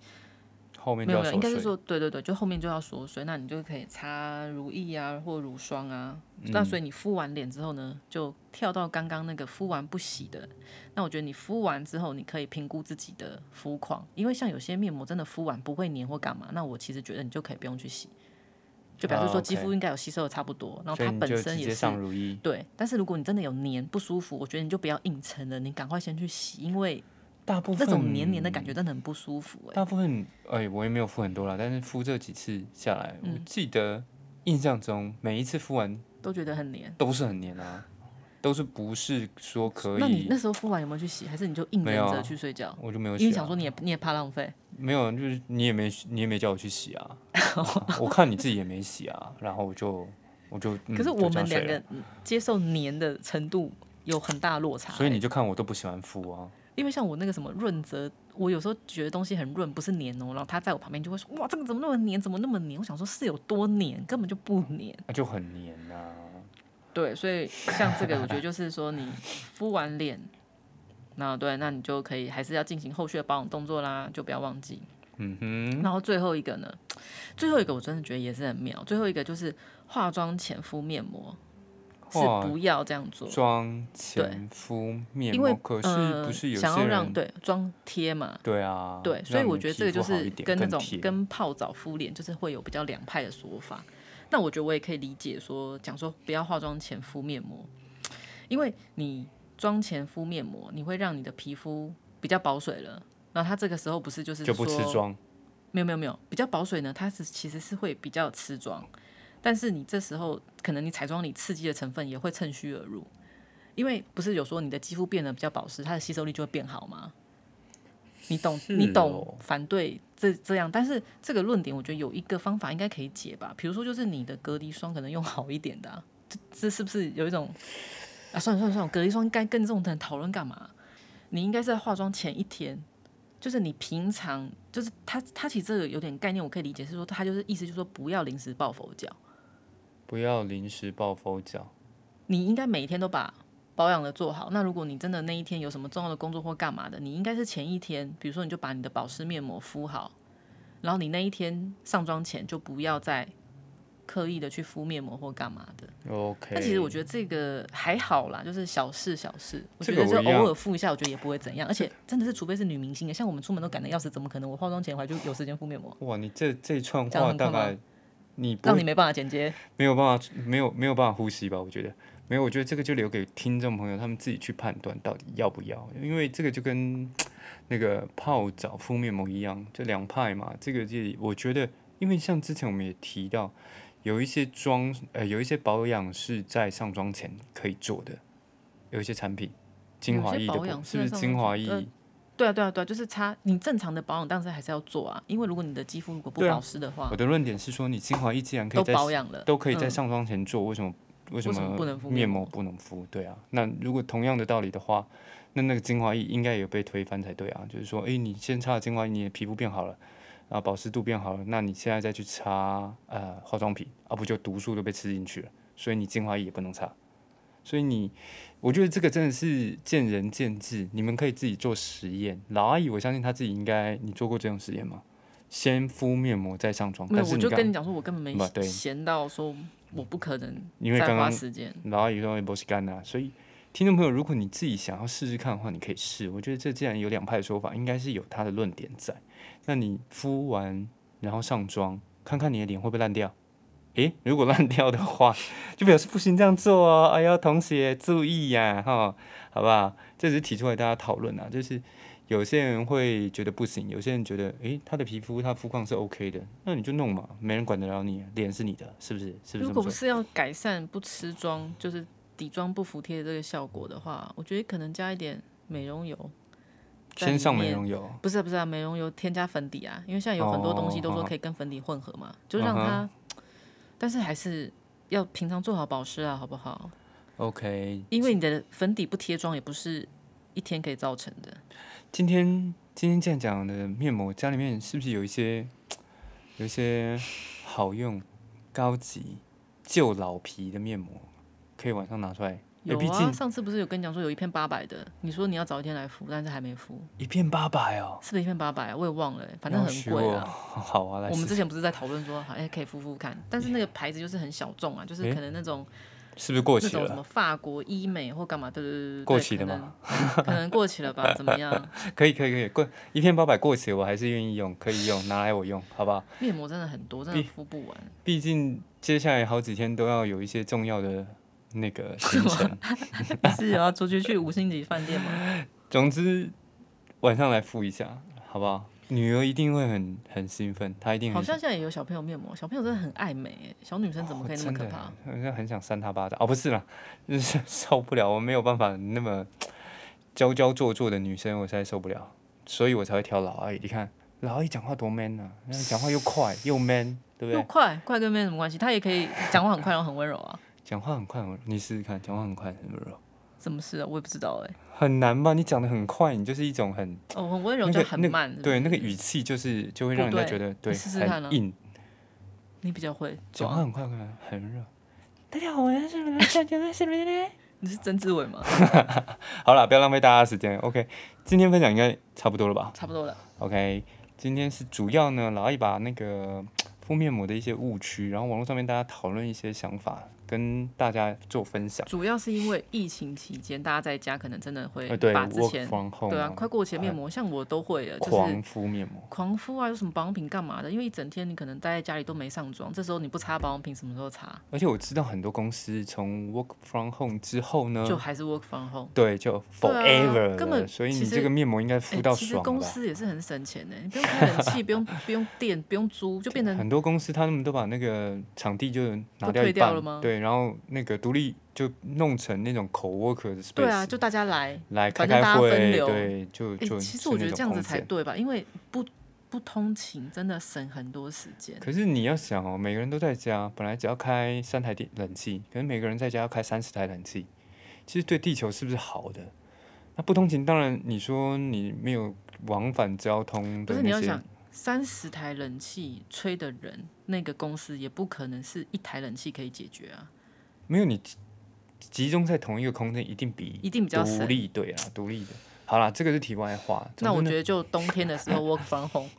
[SPEAKER 1] 后面
[SPEAKER 2] 没
[SPEAKER 1] 就要
[SPEAKER 2] 有没
[SPEAKER 1] 锁
[SPEAKER 2] 有，应该是
[SPEAKER 1] 水。
[SPEAKER 2] 说对对对，就后面就要锁水，那你就可以擦乳液啊或乳霜啊。
[SPEAKER 1] 嗯
[SPEAKER 2] 那所以你敷完脸之后呢，就跳到刚刚那个敷完不洗的。那我觉得你敷完之后，你可以评估自己的肤况，因为像有些面膜真的敷完不会黏或干嘛，那我其实觉得你就可以不用去洗，就表示
[SPEAKER 1] 啊
[SPEAKER 2] 说
[SPEAKER 1] ，OK
[SPEAKER 2] 肌肤应该有吸收的差不多，然后
[SPEAKER 1] 所以
[SPEAKER 2] 它
[SPEAKER 1] 你
[SPEAKER 2] 本
[SPEAKER 1] 就
[SPEAKER 2] 身
[SPEAKER 1] 直
[SPEAKER 2] 也
[SPEAKER 1] 接
[SPEAKER 2] 是
[SPEAKER 1] 上如意，
[SPEAKER 2] 对，但是如果你真的有黏不舒服，我觉得你就不要硬撑了，你赶快先去洗，因为
[SPEAKER 1] 大部
[SPEAKER 2] 那
[SPEAKER 1] 分
[SPEAKER 2] 种黏黏的感觉真的很不舒服、欸。
[SPEAKER 1] 大部分哎、我也没有敷很多啦，但是敷这几次下来，我
[SPEAKER 2] 嗯
[SPEAKER 1] 记得印象中每一次敷完
[SPEAKER 2] 都觉得很黏。
[SPEAKER 1] 都是很黏啊，都是不是说可
[SPEAKER 2] 那你
[SPEAKER 1] 以，
[SPEAKER 2] 那时候敷完有没有去洗？还是你就硬
[SPEAKER 1] 没
[SPEAKER 2] 忍
[SPEAKER 1] 有
[SPEAKER 2] 着
[SPEAKER 1] 啊
[SPEAKER 2] 去睡觉？
[SPEAKER 1] 我就没有
[SPEAKER 2] 因为
[SPEAKER 1] 洗、
[SPEAKER 2] 想
[SPEAKER 1] 啊，
[SPEAKER 2] 说你也你也怕浪费，
[SPEAKER 1] 没有，啊就是你也没你也没叫我去洗 啊，啊我看你自己也没洗啊，然后我就我就，嗯
[SPEAKER 2] 可是
[SPEAKER 1] 就
[SPEAKER 2] 我
[SPEAKER 1] 这样
[SPEAKER 2] 们
[SPEAKER 1] 睡
[SPEAKER 2] 两
[SPEAKER 1] 了
[SPEAKER 2] 个接受黏的程度有很大落差欸、
[SPEAKER 1] 所以你就看我都不喜欢敷啊，
[SPEAKER 2] 因为像我那个什么润泽，我有时候觉得东西很润，不是黏哦，然后他在我旁边就会说哇这个怎么那么黏，怎么那么黏？我想说是有多黏，根本就不黏。
[SPEAKER 1] 那就很黏啊。
[SPEAKER 2] 对，所以像这个，我觉得就是说，你敷完脸，那对，那你就可以还是要进行后续的保养动作啦，就不要忘记。
[SPEAKER 1] 嗯哼，
[SPEAKER 2] 然后最后一个呢，最后一个我真的觉得也是很妙，最后一个就是化妆前敷面膜是
[SPEAKER 1] 化
[SPEAKER 2] 不要这样做，
[SPEAKER 1] 妆前敷面
[SPEAKER 2] 因为
[SPEAKER 1] 膜，可是
[SPEAKER 2] 呃
[SPEAKER 1] 不是有
[SPEAKER 2] 想
[SPEAKER 1] 些
[SPEAKER 2] 要让
[SPEAKER 1] 人
[SPEAKER 2] 对妆贴嘛。
[SPEAKER 1] 对啊？
[SPEAKER 2] 嗯对，所以
[SPEAKER 1] 让
[SPEAKER 2] 我
[SPEAKER 1] 你
[SPEAKER 2] 觉得
[SPEAKER 1] 皮
[SPEAKER 2] 这个就
[SPEAKER 1] 肤好
[SPEAKER 2] 是
[SPEAKER 1] 一点
[SPEAKER 2] 跟那
[SPEAKER 1] 更
[SPEAKER 2] 种
[SPEAKER 1] 贴
[SPEAKER 2] 跟泡澡敷脸，就是会有比较两派的说法。那我觉得我也可以理解说，讲说不要化妆前敷面膜，因为你妆前敷面膜，你会让你的皮肤比较保水了。那它这个时候不是就是
[SPEAKER 1] 就不吃
[SPEAKER 2] 说
[SPEAKER 1] 妆，
[SPEAKER 2] 没有没有没有，比较保水呢，它是其实是会比较吃妆，但是你这时候可能你彩妆里刺激的成分也会趁虚而入，因为不是有说你的肌肤变得比较保湿，它的吸收力就会变好吗？你懂、你
[SPEAKER 1] 是
[SPEAKER 2] 懂
[SPEAKER 1] 哦
[SPEAKER 2] 反对这这样，但是这个论点我觉得有一个方法应该可以解吧，比如说就是你的隔离霜可能用好一点的、啊，这这是不是有一种啊？算了算了算了，隔离霜该跟这种人讨论干嘛？你应该是在化妆前一天，就是你平常就是他他其实这个有点概念，我可以理解是说他就是意思就是说不要临时抱佛脚，
[SPEAKER 1] 不要临时抱佛脚。
[SPEAKER 2] 你应该每一天都把保养的做好。那如果你真的那一天有什么重要的工作或干嘛的，你应该是前一天，比如说你就把你的保湿面膜敷好，然后你那一天上妆前就不要再刻意的去敷面膜或干嘛的。
[SPEAKER 1] OK，
[SPEAKER 2] 但其实我觉得这个还好啦，就是小事小事。我觉
[SPEAKER 1] 这
[SPEAKER 2] 得
[SPEAKER 1] 个
[SPEAKER 2] 就
[SPEAKER 1] 我一样
[SPEAKER 2] 偶尔敷一下，我觉得也不会怎样。而且真的是，除非是女明星，啊像我们出门都赶得要死，怎么可能我化妆前还就有时间敷面膜？
[SPEAKER 1] 哇，你这这串
[SPEAKER 2] 讲得
[SPEAKER 1] 话
[SPEAKER 2] 很
[SPEAKER 1] 大
[SPEAKER 2] 快吗
[SPEAKER 1] 概你不
[SPEAKER 2] 让你没办法剪接。
[SPEAKER 1] 没有办法，没有没有办法呼吸吧？我觉得没有，我觉得这个就留给听众朋友他们自己去判断到底要不要，因为这个就跟那个泡澡敷面膜一样，就两派嘛。这个就我觉得，因为像之前我们也提到，有一些妆呃有一些保养是在上妆前可以做的，有一些产品精华
[SPEAKER 2] 有些
[SPEAKER 1] 液的
[SPEAKER 2] 保
[SPEAKER 1] 部
[SPEAKER 2] 养
[SPEAKER 1] 分
[SPEAKER 2] 是
[SPEAKER 1] 是不
[SPEAKER 2] 在
[SPEAKER 1] 是
[SPEAKER 2] 上
[SPEAKER 1] 精
[SPEAKER 2] 妆
[SPEAKER 1] 华
[SPEAKER 2] 前
[SPEAKER 1] 液？
[SPEAKER 2] 呃对啊，对啊，对啊，就是擦你正常的保养，但是还是要做啊，因为如果你的肌肤如果不
[SPEAKER 1] 对啊
[SPEAKER 2] 保湿的话，
[SPEAKER 1] 我的论点是说，你精华液既然可
[SPEAKER 2] 都
[SPEAKER 1] 以在
[SPEAKER 2] 保养了，
[SPEAKER 1] 都可以在
[SPEAKER 2] 嗯
[SPEAKER 1] 上妆前做，为什么为什
[SPEAKER 2] 为什么
[SPEAKER 1] 么
[SPEAKER 2] 不能敷面
[SPEAKER 1] 面膜不能敷？对啊，那如果同样的道理的话，那那个精华液应该也有被推翻才对啊。就是说，诶，你先擦了精华液，你的皮肤变好了，啊，保湿度变好了，那你现在再去擦呃化妆品，啊，不就毒素都被吃进去了？所以你精华液也不能擦。所以你，我觉得这个真的是见仁见智，你们可以自己做实验。老阿姨，我相信她自己应该，你做过这种实验吗？先敷面膜再上妆，
[SPEAKER 2] 没有，
[SPEAKER 1] 但是
[SPEAKER 2] 我
[SPEAKER 1] 你
[SPEAKER 2] 就
[SPEAKER 1] 刚
[SPEAKER 2] 跟你讲说，我根本
[SPEAKER 1] 不对
[SPEAKER 2] 没闲到说我不可能
[SPEAKER 1] 因为
[SPEAKER 2] 再
[SPEAKER 1] 刚
[SPEAKER 2] 花
[SPEAKER 1] 刚
[SPEAKER 2] 时间。
[SPEAKER 1] 然后也说也不是干啊。所以听众朋友，如果你自己想要试试看的话，你可以试。我觉得这既然有两派的说法，应该是有他的论点在。那你敷完然后上妆，看看你的脸会不会烂掉， 诶，如果烂掉的话，就表示不行这样做哦。哎呀，同学注意呀、哈，好不好？这只是提出来大家讨论啊，就是有些人会觉得不行，有些人觉得，诶，他的皮肤他肤况是 OK 的，那你就弄嘛，没人管得了你啊，脸是你的，是不是？是不是
[SPEAKER 2] 如
[SPEAKER 1] 这
[SPEAKER 2] 果
[SPEAKER 1] 么
[SPEAKER 2] 不
[SPEAKER 1] 说？
[SPEAKER 2] 是要改善不吃妆，就是底妆不服帖的这个效果的话，我觉得可能加一点美容
[SPEAKER 1] 哦
[SPEAKER 2] 油。在
[SPEAKER 1] 先
[SPEAKER 2] 里
[SPEAKER 1] 上美
[SPEAKER 2] 面
[SPEAKER 1] 容油，
[SPEAKER 2] 不是啊不是啊，美容油添加粉底啊，因为现在有很多东西都说
[SPEAKER 1] 哦嗯
[SPEAKER 2] 可以跟粉底混合嘛，就让它，但是还是要平常做好保湿啊，好不好？
[SPEAKER 1] OK，
[SPEAKER 2] 因为你的粉底不贴妆也不是一天可以造成的。
[SPEAKER 1] 今天今天这样讲的面膜，家里面是不是有一些有一些好用、高级、旧老皮的面膜，可以晚上拿出来？哎
[SPEAKER 2] 有
[SPEAKER 1] 毕
[SPEAKER 2] 啊，
[SPEAKER 1] 竟
[SPEAKER 2] 上次不是有跟你讲说有一片八百的，你说你要早一天来敷，但是还没敷，
[SPEAKER 1] 一片八百哦，
[SPEAKER 2] 是不是一片八百、啊？我也忘了欸、反正
[SPEAKER 1] 要
[SPEAKER 2] 很
[SPEAKER 1] 许
[SPEAKER 2] 贵
[SPEAKER 1] 我
[SPEAKER 2] 啊。
[SPEAKER 1] 好啊，来
[SPEAKER 2] 我们
[SPEAKER 1] 试，
[SPEAKER 2] 之前不是在讨论说，哎、可以敷敷看，但是那个牌子就是很小众啊，就是
[SPEAKER 1] 诶
[SPEAKER 2] 可能那种、
[SPEAKER 1] 是不是过
[SPEAKER 2] 那
[SPEAKER 1] 期
[SPEAKER 2] 种什
[SPEAKER 1] 了？
[SPEAKER 2] 么法国医美或干嘛，对对对对对，
[SPEAKER 1] 过期的
[SPEAKER 2] 可能
[SPEAKER 1] 吗？
[SPEAKER 2] 可能过期了吧？怎么样？
[SPEAKER 1] 可以可以可以，过一片八百过期，我还是愿意用，可以用，拿来我用，好不好？
[SPEAKER 2] 面膜真的很多，真的敷不完。
[SPEAKER 1] 毕竟接下来好几天都要有一些重要的那个行 程。
[SPEAKER 2] 你是
[SPEAKER 1] 啊
[SPEAKER 2] 有要出去去五星级饭店吗？
[SPEAKER 1] 总之，晚上来敷一下，好不好？女儿一定会很很兴奋，她一定
[SPEAKER 2] 好
[SPEAKER 1] 很
[SPEAKER 2] 像现在也有小朋友面膜，小朋友真的很爱美耶，小女生怎么可以那么可怕？
[SPEAKER 1] 哦？真的好像很想扇她巴掌哦，不是啦， 就是受不了，我没有办法那么娇娇做作的女生，我实在受不了，所以我才会挑老阿姨。你看老阿姨讲话多 man 啊，那讲话又快又 man，对不
[SPEAKER 2] 又
[SPEAKER 1] 对？
[SPEAKER 2] 快快跟没什么关系，她也可以讲话很快，然后很温柔啊。
[SPEAKER 1] 讲话很快，你试试看，讲话很快很温柔，
[SPEAKER 2] 什么事啊？我也不知道哎。
[SPEAKER 1] 很难吧？你讲的很快，你就是一种很
[SPEAKER 2] 哦，很温柔
[SPEAKER 1] 那
[SPEAKER 2] 就
[SPEAKER 1] 个
[SPEAKER 2] 很
[SPEAKER 1] 那个
[SPEAKER 2] 慢。是不
[SPEAKER 1] 对
[SPEAKER 2] 是
[SPEAKER 1] 那个语气，就是就会让人
[SPEAKER 2] 不
[SPEAKER 1] 家
[SPEAKER 2] 对
[SPEAKER 1] 觉得对
[SPEAKER 2] 你试试看啊
[SPEAKER 1] 很硬。
[SPEAKER 2] 你比较会
[SPEAKER 1] 讲话
[SPEAKER 2] 装。
[SPEAKER 1] 很快，很快很热。啊大家好，我是你们小姐妹，是你们。
[SPEAKER 2] 你是曾志伟吗？
[SPEAKER 1] 好了，不要浪费大家时间。OK，今天分享应该差不多了吧
[SPEAKER 2] 差不多了。
[SPEAKER 1] ？OK，今天是主要呢，老一把那个敷面膜的一些误区，然后网络上面大家讨论一些想法，跟大家做分享。
[SPEAKER 2] 主要是因为疫情期间，大家在家可能真的会
[SPEAKER 1] 呃，对
[SPEAKER 2] 把之前
[SPEAKER 1] ，work from home，哎
[SPEAKER 2] 对啊，快过期的面膜，像我都会了，就是
[SPEAKER 1] 狂敷面膜，
[SPEAKER 2] 狂敷啊，有什么保养品干嘛的？因为一整天你可能待在家里都没上妆，这时候你不擦保养品，什么时候擦？
[SPEAKER 1] 而且我知道很多公司从 work from home 之后呢，
[SPEAKER 2] 就还是 work from home。
[SPEAKER 1] 对，就
[SPEAKER 2] 对啊
[SPEAKER 1] forever 了，
[SPEAKER 2] 根本
[SPEAKER 1] 所以
[SPEAKER 2] 其
[SPEAKER 1] 你
[SPEAKER 2] 实
[SPEAKER 1] 这个面膜应该
[SPEAKER 2] 哎
[SPEAKER 1] 敷到
[SPEAKER 2] 其实
[SPEAKER 1] 爽了
[SPEAKER 2] 公
[SPEAKER 1] 吧？
[SPEAKER 2] 司也是很省钱欸的，你不用开冷气，不用不用电，不用租，就变成
[SPEAKER 1] 很多公司他们都把那个场地就拿
[SPEAKER 2] 嗯都
[SPEAKER 1] 掉一
[SPEAKER 2] 退掉
[SPEAKER 1] 半，
[SPEAKER 2] 了吗
[SPEAKER 1] 对，然后那个独立就弄成那种 co-worker 的 space，
[SPEAKER 2] 对啊，就大家来。
[SPEAKER 1] 来开
[SPEAKER 2] 反
[SPEAKER 1] 开
[SPEAKER 2] 正大家
[SPEAKER 1] 会，
[SPEAKER 2] 分流
[SPEAKER 1] 对，就
[SPEAKER 2] 哎、
[SPEAKER 1] 就、
[SPEAKER 2] 其实
[SPEAKER 1] 是
[SPEAKER 2] 我
[SPEAKER 1] 那
[SPEAKER 2] 觉得
[SPEAKER 1] 种
[SPEAKER 2] 这样子
[SPEAKER 1] 空
[SPEAKER 2] 才
[SPEAKER 1] 间。
[SPEAKER 2] 对吧？因为不不通勤真的省很多时间。
[SPEAKER 1] 可是你要想哦，每个人都在家，本来只要开三台电冷气，可是每个人在家要开三十台冷气，其实对地球是不是好的？那不通勤，当然你说你没有往返交通
[SPEAKER 2] 不
[SPEAKER 1] 的
[SPEAKER 2] 是你
[SPEAKER 1] 那
[SPEAKER 2] 要
[SPEAKER 1] 些
[SPEAKER 2] 想，三十台冷气吹的人，那个公司也不可能是一台冷气可以解决啊，
[SPEAKER 1] 没有你集集中在同一个空间，一定比
[SPEAKER 2] 一定比较
[SPEAKER 1] 独
[SPEAKER 2] 省。
[SPEAKER 1] 立对啊，独立的。好啦，这个是题外话。
[SPEAKER 2] 那
[SPEAKER 1] 总之
[SPEAKER 2] 我
[SPEAKER 1] 呢
[SPEAKER 2] 觉得就冬天的时候 work from home，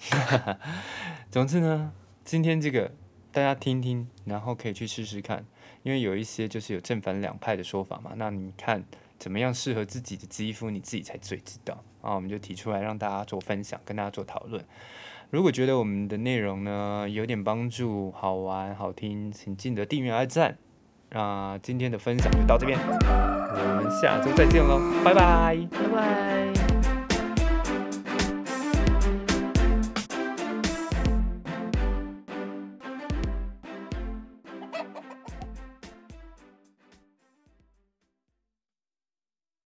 [SPEAKER 1] 总之呢，今天这个大家听听，然后可以去试试看，因为有一些就是有正反两派的说法嘛。那你看怎么样适合自己的肌肤，你自己才最知道啊。我们就提出来让大家做分享，跟大家做讨论。如果觉得我们的内容呢有点帮助、好玩、好听，请记得订阅、按赞。那、今天的分享就到这边，我们下周再见喽，拜拜。
[SPEAKER 2] 拜拜。